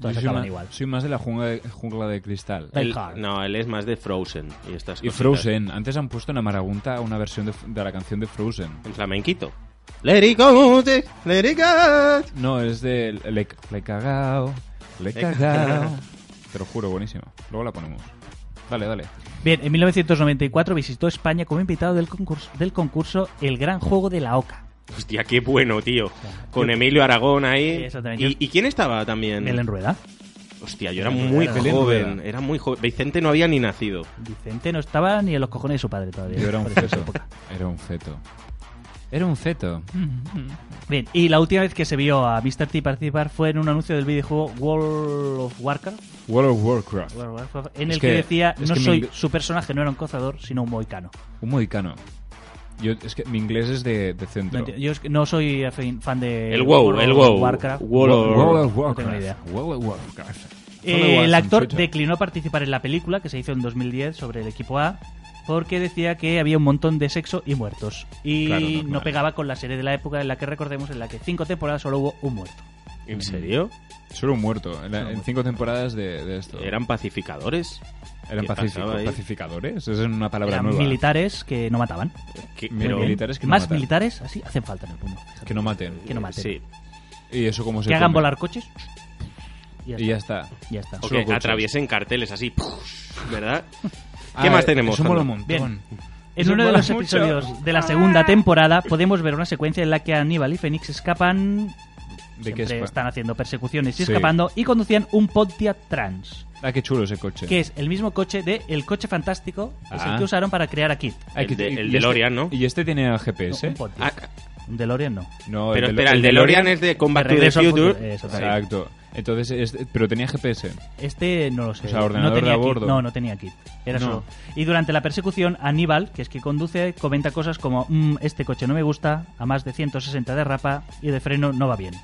todas Yo soy acaban más, igual. Soy más de la jungla de, jungla de cristal. El- no, él es más de Frozen y estas Y cositas. Frozen. Antes han puesto en Amaragunta una versión de, de la canción de Frozen. En flamenquito. Let it go, de- let it go. No, es de Le, le cagao, le cagao. Te lo juro, buenísimo. Luego la ponemos. Dale, dale. Bien, en 1994 visitó España como invitado del concurso, del concurso El Gran Juego de la Oca. Hostia, qué bueno, tío. Con Emilio Aragón ahí. Exactamente. ¿Y, y quién estaba también? Belén Rueda. Hostia, yo era Belén muy Rueda. Belén joven. Rueda. Era muy joven. Vicente no había ni nacido. Vicente no estaba ni en los cojones de su padre todavía. Yo era un por esa feto. época. Era un feto. Era un feto. Mm-hmm. Bien, y la última vez que se vio a Mr. T participar fue en un anuncio del videojuego World of Warcraft, World of Warcraft. World of Warcraft, en Es el que, que- decía es no que mi soy ing- su personaje no era un cazador, sino un moicano. Un mohicano. Yo, es que mi inglés es de, de centro. No enti- yo es que no soy afín- fan de El WoW, World el of WoW. Warcraft. World of- World of No Warcraft. tengo ni idea. World of Warcraft. Eh, Follow us el on actor Twitter. declinó participar en la película que se hizo en 2010 sobre el equipo A porque decía que había un montón de sexo y muertos y Claro, no normal. pegaba con la serie de la época en la que recordemos en la que cinco temporadas solo hubo un muerto. ¿En serio? Mm. Solo un muerto. En, la- Solo un en cinco temporadas de, de esto. ¿Eran pacificadores? Eran ¿Qué pacifico- pasaba ahí? pacificadores. Esa es una palabra Eran nueva. militares que no mataban. Que- Muy pero- bien. militares que no más matan. militares así hacen falta en el mundo. fíjate. Que no maten. Que no maten. Eh, Sí. Y eso como se que hagan come? volar coches. Y ya Y ya está. está. Ya está. O Solo que coches. atraviesen carteles así. ¡push! ¿Verdad? ¿Qué Ah, más tenemos? Eso mola un Sandra? montón. Bien. En Eso uno de mola los mucho. episodios de la segunda temporada podemos ver una secuencia en la que Aníbal y Fénix escapan. ¿De qué siempre espa- están haciendo persecuciones y Sí. escapando y conducían un Pontiac Trans, Ah, qué chulo ese coche. que es el mismo coche de El Coche Fantástico, que es Ah. el que usaron para crear a Kit. Ah, El que- de- y- el y este- Ah, DeLorean, ¿no? ¿Y este tiene No, GPS? un Pontiac. Un DeLorean no. No, Pero el espera, Delo- el DeLorean es de Combat to the Regreso al Future. futuro, eso, también. Exacto. Entonces, es- pero tenía GPS. Este no lo sé. O sea, no ordenador tenía de a kit. bordo. No, no tenía kit. Era No. solo. Y durante la persecución, Aníbal, que es que conduce, comenta cosas como: "Mm, Este coche no me gusta, a más de 160 de rapa y de freno no va bien.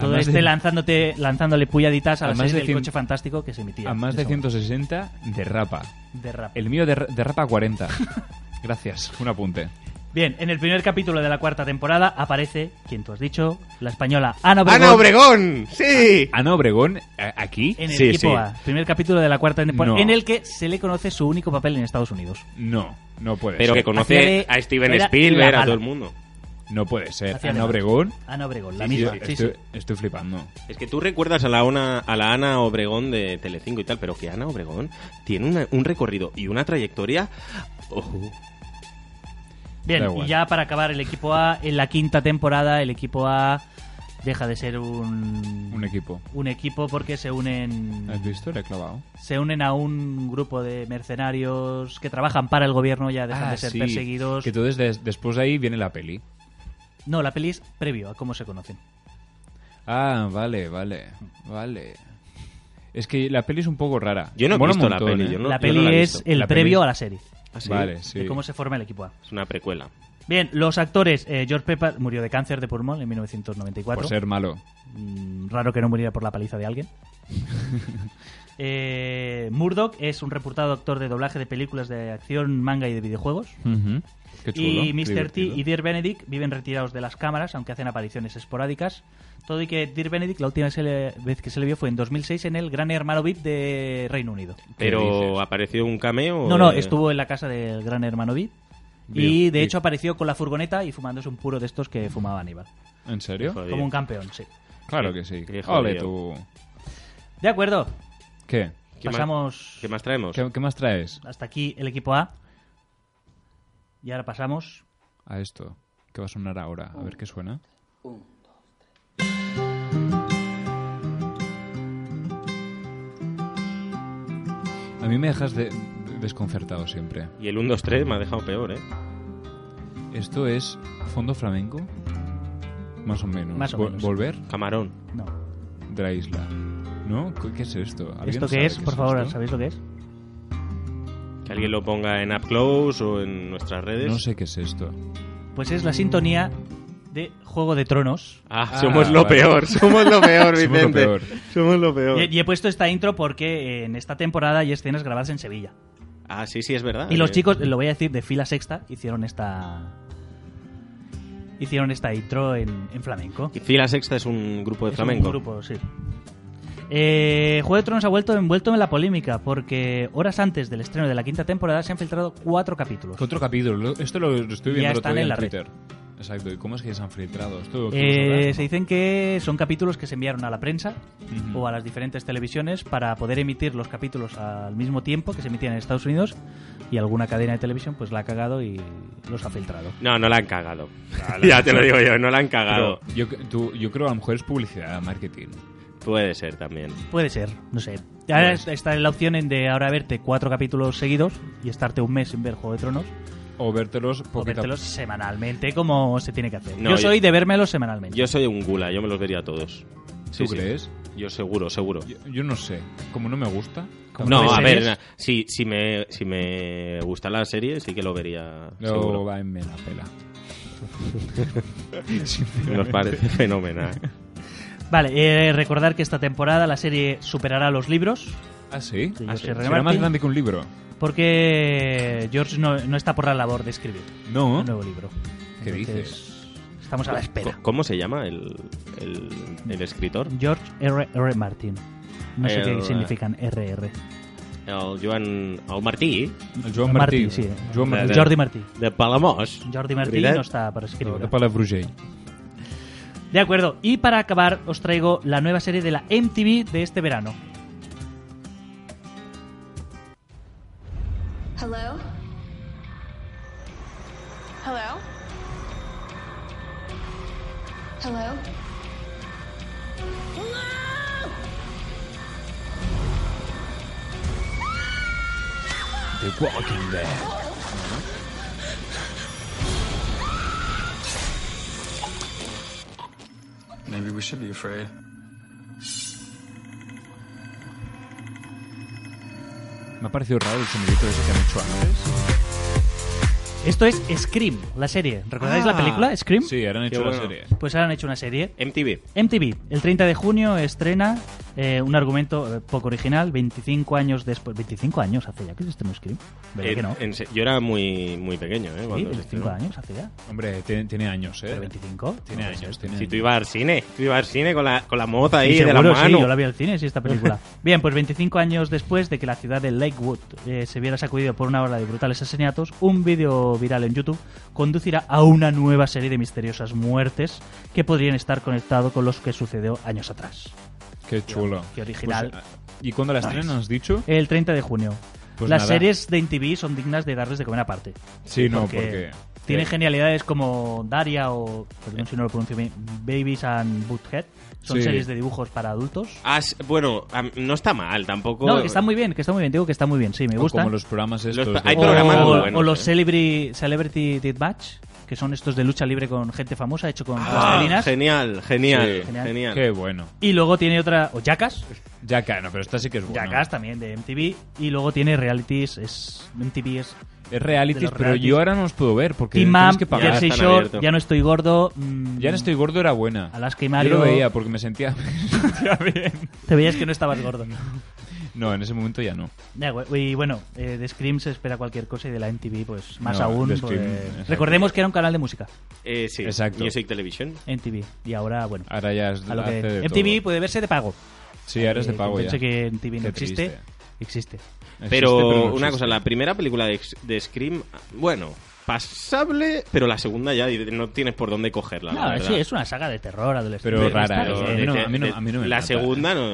Todo más este de- lanzándote, lanzándole puyaditas a a la más serie de del cien- coche fantástico que se emitía. A más de Eso, 160 derrapa. de rapa. El mío derra- derrapa a 40. Gracias. Un apunte. Bien, en el primer capítulo de la cuarta temporada aparece, quien tú has dicho, la española Ana Obregón. ¡Ana Obregón! ¡Sí! ¿Ana Obregón eh, aquí? En el equipo A, primer capítulo de la cuarta temporada, No. en el que se le conoce su único papel en Estados Unidos. No, no puede Pero ser. que conoce Hacía de- a Steven era la Spielberg, a mala. todo el mundo. No puede ser. Hacía de Ana mala. Obregón. Ana Obregón, la Sí, misma. sí, Sí, estoy, sí. estoy flipando. Es que tú recuerdas a la, Ona- a la Ana Obregón de Telecinco y tal, pero que Ana Obregón tiene una- un recorrido y una trayectoria... Ojo. Bien, Da igual. y ya para acabar el equipo A, en la quinta temporada el equipo A deja de ser un... Un equipo. Un equipo porque se unen... ¿Has visto? Le he clavado. Se unen a un grupo de mercenarios que trabajan para el gobierno, ya dejan Ah, de ser sí, perseguidos. Que entonces des- después de ahí viene la peli. No, la peli es previo a cómo se conocen. Ah, vale, vale, vale. Es que la peli es un poco rara. Yo no he Mola un visto la montón, peli, ¿eh? yo no- la peli la he es visto. el La peli- previo a la serie. Ah, sí. Vale, sí. De cómo se forma el equipo A. Es una precuela. Bien, los actores. eh, George Pepa murió de cáncer de pulmón en 1994. Por ser malo. Mm, Raro que no muriera por la paliza de alguien. eh, Murdoch es un reputado actor de doblaje de películas de acción, manga y de videojuegos. Ujú. Qué chulo, y Mr. divertido. T y Dear Benedict viven retirados de las cámaras, aunque hacen apariciones esporádicas. Todo y que Dear Benedict la última se le- vez que se le vio fue en 2006 en el Gran Hermano VIP de Reino Unido. Pero Eh. apareció un cameo... No, no, de- estuvo en la casa del gran hermano Vid. Y Bien, de bien. hecho apareció con la furgoneta y fumándose un puro de estos que fumaba Aníbal. ¿En serio? Joder. Como un campeón, sí. Claro que sí. Qué jodido. Ole tú. De acuerdo, ¿Qué? ¿Qué más- pasamos ¿Qué más traemos? ¿Qué, qué más traes hasta aquí el equipo A. Y ahora pasamos. a esto? ¿Qué va a sonar ahora? A ver qué suena. A mí me dejas de- desconcertado siempre. Y el 1, 2, 3 me ha dejado peor, ¿eh? ¿Esto es fondo flamenco? Más o menos. Más o Vol- menos. ¿Volver? Camarón. No. de la isla. ¿No? ¿Qué- ¿Qué es esto? ¿Alguien ¿Esto sabe qué es? Por favor, ¿sabéis lo que es? Que alguien lo ponga en Up Close o en nuestras redes. No sé qué es esto. Pues es la sintonía de Juego de Tronos. Ah, Ah, somos lo vale. peor, somos lo peor, Somos lo Vicente. peor. Somos lo peor. Y, y he puesto esta intro porque eh, en esta temporada hay escenas grabadas en Sevilla. Ah, sí, sí, es verdad. Y los Eh, chicos, lo voy a decir, de fila sexta hicieron esta. Hicieron esta intro en, en flamenco. y Fila Sexta es un grupo de Es flamenco. un grupo, sí. Eh, Juego de Tronos ha vuelto envuelto en la polémica porque horas antes del estreno de la quinta temporada se han filtrado cuatro capítulos. Otro capítulo. Esto lo lo estoy viendo Ya el otro están día en en, la red. Twitter. Exacto. ¿Y cómo es que se han filtrado? Esto lo Eh, quiero saber. se dicen que son capítulos que se enviaron a la prensa Ujú. o a las diferentes televisiones para poder emitir los capítulos al mismo tiempo que se emitían en Estados Unidos y alguna cadena de televisión pues la ha cagado y los ha filtrado. No, no la han cagado. Ah, ya te lo digo yo, no la han cagado. Pero yo, cre- tú- yo creo que a lo mejor es publicidad, marketing. Puede ser también. Puede ser, no sé. Puede Ahora es- está la opción en de ahora verte cuatro capítulos seguidos y estarte un mes sin ver Juego de Tronos O vértelos o poquito a- vértelos semanalmente como se tiene que hacer. No, yo yo- soy de vérmelos semanalmente. Yo soy un gula, yo me los vería todos. ¿Tú crees? Yo seguro, seguro. Yo, yo no sé. Como no me gusta. No, ves a ver, series? na- si, si, me, si me gusta la serie, sí que lo vería. No, seguro. va, me la pela. Nos parece fenomenal. Vale, eh, recordar que esta temporada la serie superará los libros ¿Ah, sí? Sí, Ah, yo sí. soy re Será más Martín. grande que un libro. porque George no, no está por la labor de escribir No. un nuevo libro. ¿Qué Estamos a la espera. Co- ¿Cómo se llama el, el, el escritor? George R. R. Martin. No sé Eh, qué significan RR. El Joan el Martí. El Joan Martí, Martí. sí. Joan De- Martí. de- Jordi Martí. De Palamós. Jordi Martí ¿Verdad? no está para escribir. De Palafrugell. De acuerdo. Y para acabar, os traigo la nueva serie de la MTV de este verano. Hello? Hello? Hello? The Walking Dead. Maybe we should be afraid. Me ha parecido raro el sonidito ese que han hecho antes. Esto es Scream, la serie. ¿Recordáis la Ah, película Scream? Sí, ahora han Qué hecho la bueno. serie. Pues ahora han hecho una serie. MTV. MTV, el 30 de junio estrena Eh, un argumento eh, poco original, 25 años después. 25 años hace ya que existe Muscrim. ¿Verdad Eh, que no? en se- yo era muy, muy pequeño, ¿eh? Cuando se 25 estrenó. años hace ya. Hombre, tiene, tiene años, ¿eh? ¿Pero 25? Tiene No pues años, tiene Si años. tú ibas al cine, tú ibas al cine con la, con la moza ahí Sí, de la seguro, sí, mano. yo la vi al cine, sí, esta película. Bien, pues 25 años después de que la ciudad de Lakewood eh, se viera sacudido por una ola de brutales asesinatos, un vídeo viral en YouTube conducirá a una nueva serie de misteriosas muertes que podrían estar conectado con los que sucedió años atrás. Qué chulo. Qué original. Pues, ¿Y cuándo la estrenan, has dicho? El 30 de junio. Pues Las nada. series de INTV son dignas de darles de comer aparte. Sí, no, porque- eh, Tienen Sí. genialidades como Daria o, perdón si no lo pronuncio bien, Babies and Butthead. Son Sí. series de dibujos para adultos. Ah, s- bueno, am- no está mal tampoco. No, que está muy bien, que está muy bien, digo que está muy bien, sí, me O gusta. como los programas estos Los- de- hay hay programas programas o, muy buenos, eh. o los Celebrity, Celebrity Deathmatch, que son estos de lucha libre con gente famosa, hecho con plastilinas. Ah, genial, genial, Sí. genial, Qué bueno. Y luego tiene otra, o Jackass. Jackass, no, pero esta sí que es buena. Jackass también, de MTV. Y luego tiene realities, es... MTV es... Es realities, de los pero yo ahora no los puedo ver porque Team tienes Up, que pagar. Jersey Shore, ya no estoy gordo. mm, Ya no estoy gordo, era buena. Alaska y Yo Mario. lo veía porque me sentía, me sentía bien. Te veías que no estabas gordo. No, en ese momento ya no. Ya, güey, Y bueno, eh, de Scream se espera cualquier cosa y de la MTV, pues más No, aún. de Scream, pues, exacto. recordemos que era un canal de música. Eh, sí, Exacto. Music Television. MTV. Y ahora, bueno. Ahora ya es a lo que- hace de MTV todo. puede verse de pago. Sí, ahora es de Eh, pago quien ya. piense que MTV no Qué existe, triste. existe. Pero, pero no una existe. cosa, la primera película de, de Scream, bueno, pasable, pero la segunda ya no tienes por dónde cogerla. la No, verdad. sí, es una saga de terror adolescente. Pero Está rara, bien, eh, ¿no? a mí no- a mí no me La mata. segunda no...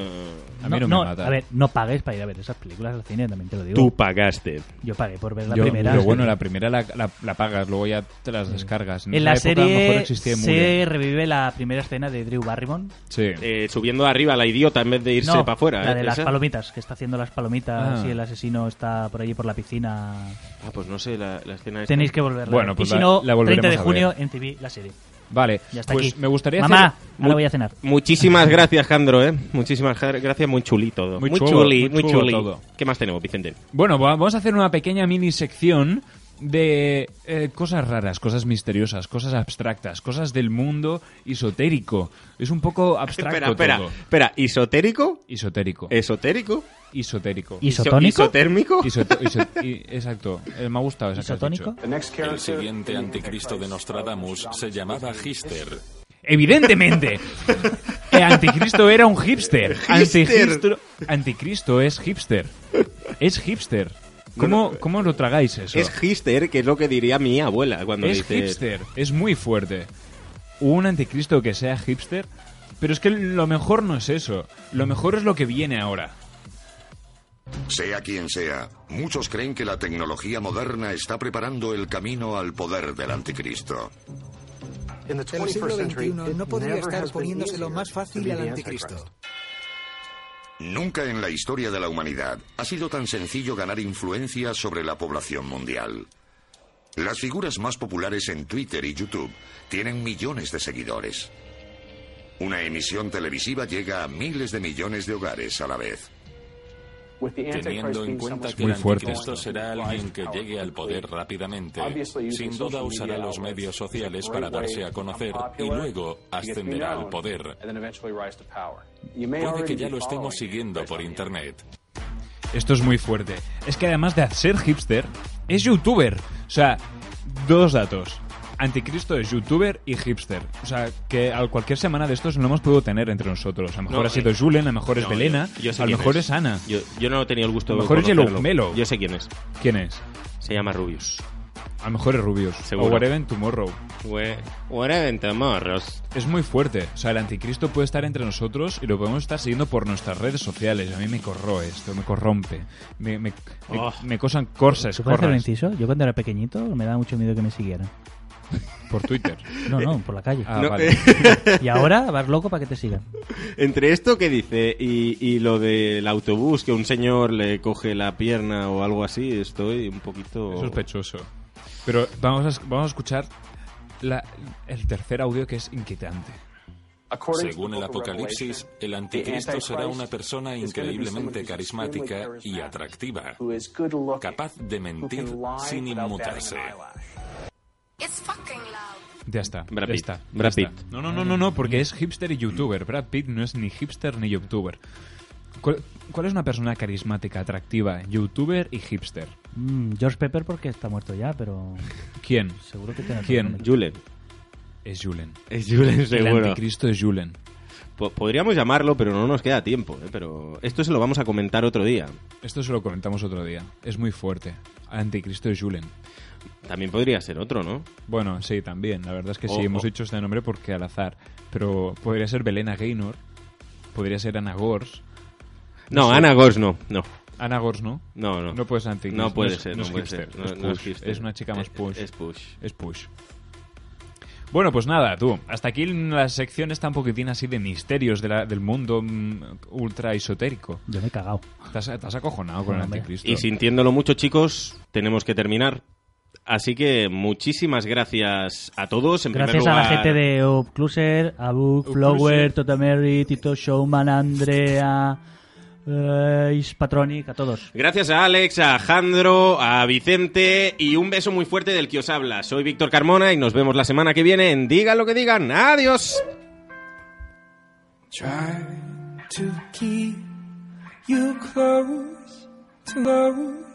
A mí no, No, me mata. A ver, no pagues para ir a ver esas películas al cine, también te lo digo. Tú pagaste. Yo pagué por ver la Yo- primera. Pero bueno, la primera la, la- la pagas, luego ya te eh, las descargas. En, en la esa época, a lo mejor serie existía se revive la primera escena de Drew Barrymore. Eh, subiendo arriba la idiota en vez de irse No, para afuera. La ¿eh? de las ¿Esa? palomitas, que está haciendo las palomitas Ah. y el asesino está por allí por la piscina. Ah, pues no sé, la, la escena esta. Tenéis que volverla. Bueno, a ver. pues y si la- no, la 30 volveremos de a junio ver. en TV la serie. Vale, Ya está pues aquí. me gustaría Mamá, hacer... ahora voy a cenar. Muchísimas gracias, Jandro, ¿eh? Muchísimas gra- gracias, muy chuli todo. Muy Muy, chulo, chuli, muy muy chulo chuli. todo. ¿Qué más tenemos, Vicente? Bueno, va- vamos a hacer una pequeña mini sección de eh, cosas raras, cosas misteriosas, cosas abstractas, cosas del mundo esotérico. Es un poco abstracto Espera, espera, todo. espera. ¿Isotérico? Isotérico. ¿Esotérico? Isotérico. ¿Isotónico? ¿Isotérmico? Isoto- iso- i- exacto. Eh, Me ha gustado esa que has ¿Isotónico? dicho. El siguiente anticristo de Nostradamus se llamaba Hister. Evidentemente. Eh, anticristo era un hipster. Hipster. Anticristo, anticristo es hipster. Es hipster. ¿Cómo, ¿Cómo lo tragáis eso? Es hipster, que es lo que diría mi abuela cuando es dice... hipster, es muy fuerte. Un anticristo que sea hipster, pero es que lo mejor no es eso, lo mejor es lo que viene ahora. Sea quien sea, muchos creen que la tecnología moderna está preparando el camino al poder del anticristo. El siglo XXI no podría estar poniéndoselo más fácil al anticristo. Nunca en la historia de la humanidad ha sido tan sencillo ganar influencia sobre la población mundial. Las figuras más populares en Twitter y YouTube tienen millones de seguidores. Una emisión televisiva llega a miles de millones de hogares a la vez. Teniendo en cuenta que Muy el fuerte. anticristo será alguien que llegue al poder rápidamente, sin duda usará los medios sociales para darse a conocer y luego ascenderá al poder. Puede que ya lo estemos siguiendo por internet. Esto es muy fuerte. Es que además de ser hipster, es youtuber. O sea, dos datos. Anticristo es youtuber y hipster. O sea, que al cualquier semana de estos no hemos podido tener entre nosotros. A lo mejor No, ha sido eh, Julen, a lo mejor es No, Belena, yo- yo sé a lo quién mejor es, Ana. Yo, yo no he tenido el gusto A lo de mejor es conocerlo. Yellow Melo. Yo sé quién es. ¿Quién es? Se llama Rubius. A lo mejor es Rubius. Seguro. O Whatever in Tomorrow. Where- Whatever Tomorrow's. Es muy fuerte. O sea, el anticristo puede estar entre nosotros y lo podemos estar siguiendo por nuestras redes sociales. A mí me corroe esto, me corrompe. Me, me, me- Oh. me cosan corsas, ¿Se puede hacer un corras. inciso? Yo cuando era pequeñito me daba mucho miedo que me siguieran. Por Twitter. No, no, por la calle. Ah, No, vale. eh. y ahora vas loco para que te sigan. Entre esto que dice y, y lo del autobús, que un señor le coge la pierna o algo así, estoy un poquito... Sospechoso. Pero vamos a, vamos a escuchar la- el tercer audio que es inquietante. Según el Apocalipsis, el anticristo será una persona increíblemente carismática y atractiva, capaz de mentir sin inmutarse. Ya está. Brad ya Pitt. está, ya Brad está. Pitt. No, no, no, no, no, porque es hipster y youtuber. Brad Pitt no es ni hipster ni youtuber. ¿Cuál, cuál es una persona carismática, atractiva, youtuber y hipster? Mm, George Pepper porque está muerto ya, pero... ¿Quién? Seguro que tiene ¿Quién? otro Julen. Es Julen. Es Julen, seguro. El anticristo es Julen. Po- podríamos llamarlo, pero no nos queda tiempo. ¿eh? Pero esto se lo vamos a comentar otro día. Esto se lo comentamos otro día. Es muy fuerte. Anticristo es Julen. También podría ser otro, ¿no? Bueno, sí, también. La verdad es que sí, Ojo. hemos dicho este nombre porque al azar. Pero podría ser Belena Gaynor. Podría ser Ana Gors. No, Ana Gors no, no. Ana Gors no. No, no. No puede ser anticristo. No puede es- ser, no no es puede hipster, ser. No- es no es push. hipster. Es una chica más Es- push. es push. Es push. Bueno, pues nada, tú. Hasta aquí la sección está un poquitín así de misterios de la- del mundo mm, ultra esotérico. Yo me he cagado. Estás, estás acojonado con el No, hombre. anticristo. Y sintiéndolo mucho, chicos, tenemos que terminar. Así que muchísimas gracias a todos. En Gracias primer a la lugar- gente de Obcluser, a Book, Flower, Totameri, Tito Showman, Andrea, eh, Ispatronic, a todos. Gracias a Alex, a Jandro, a Vicente y un beso muy fuerte del que os habla. Soy Víctor Carmona y nos vemos la semana que viene en Digan lo que digan. ¡Adiós! Try to keep you close, close.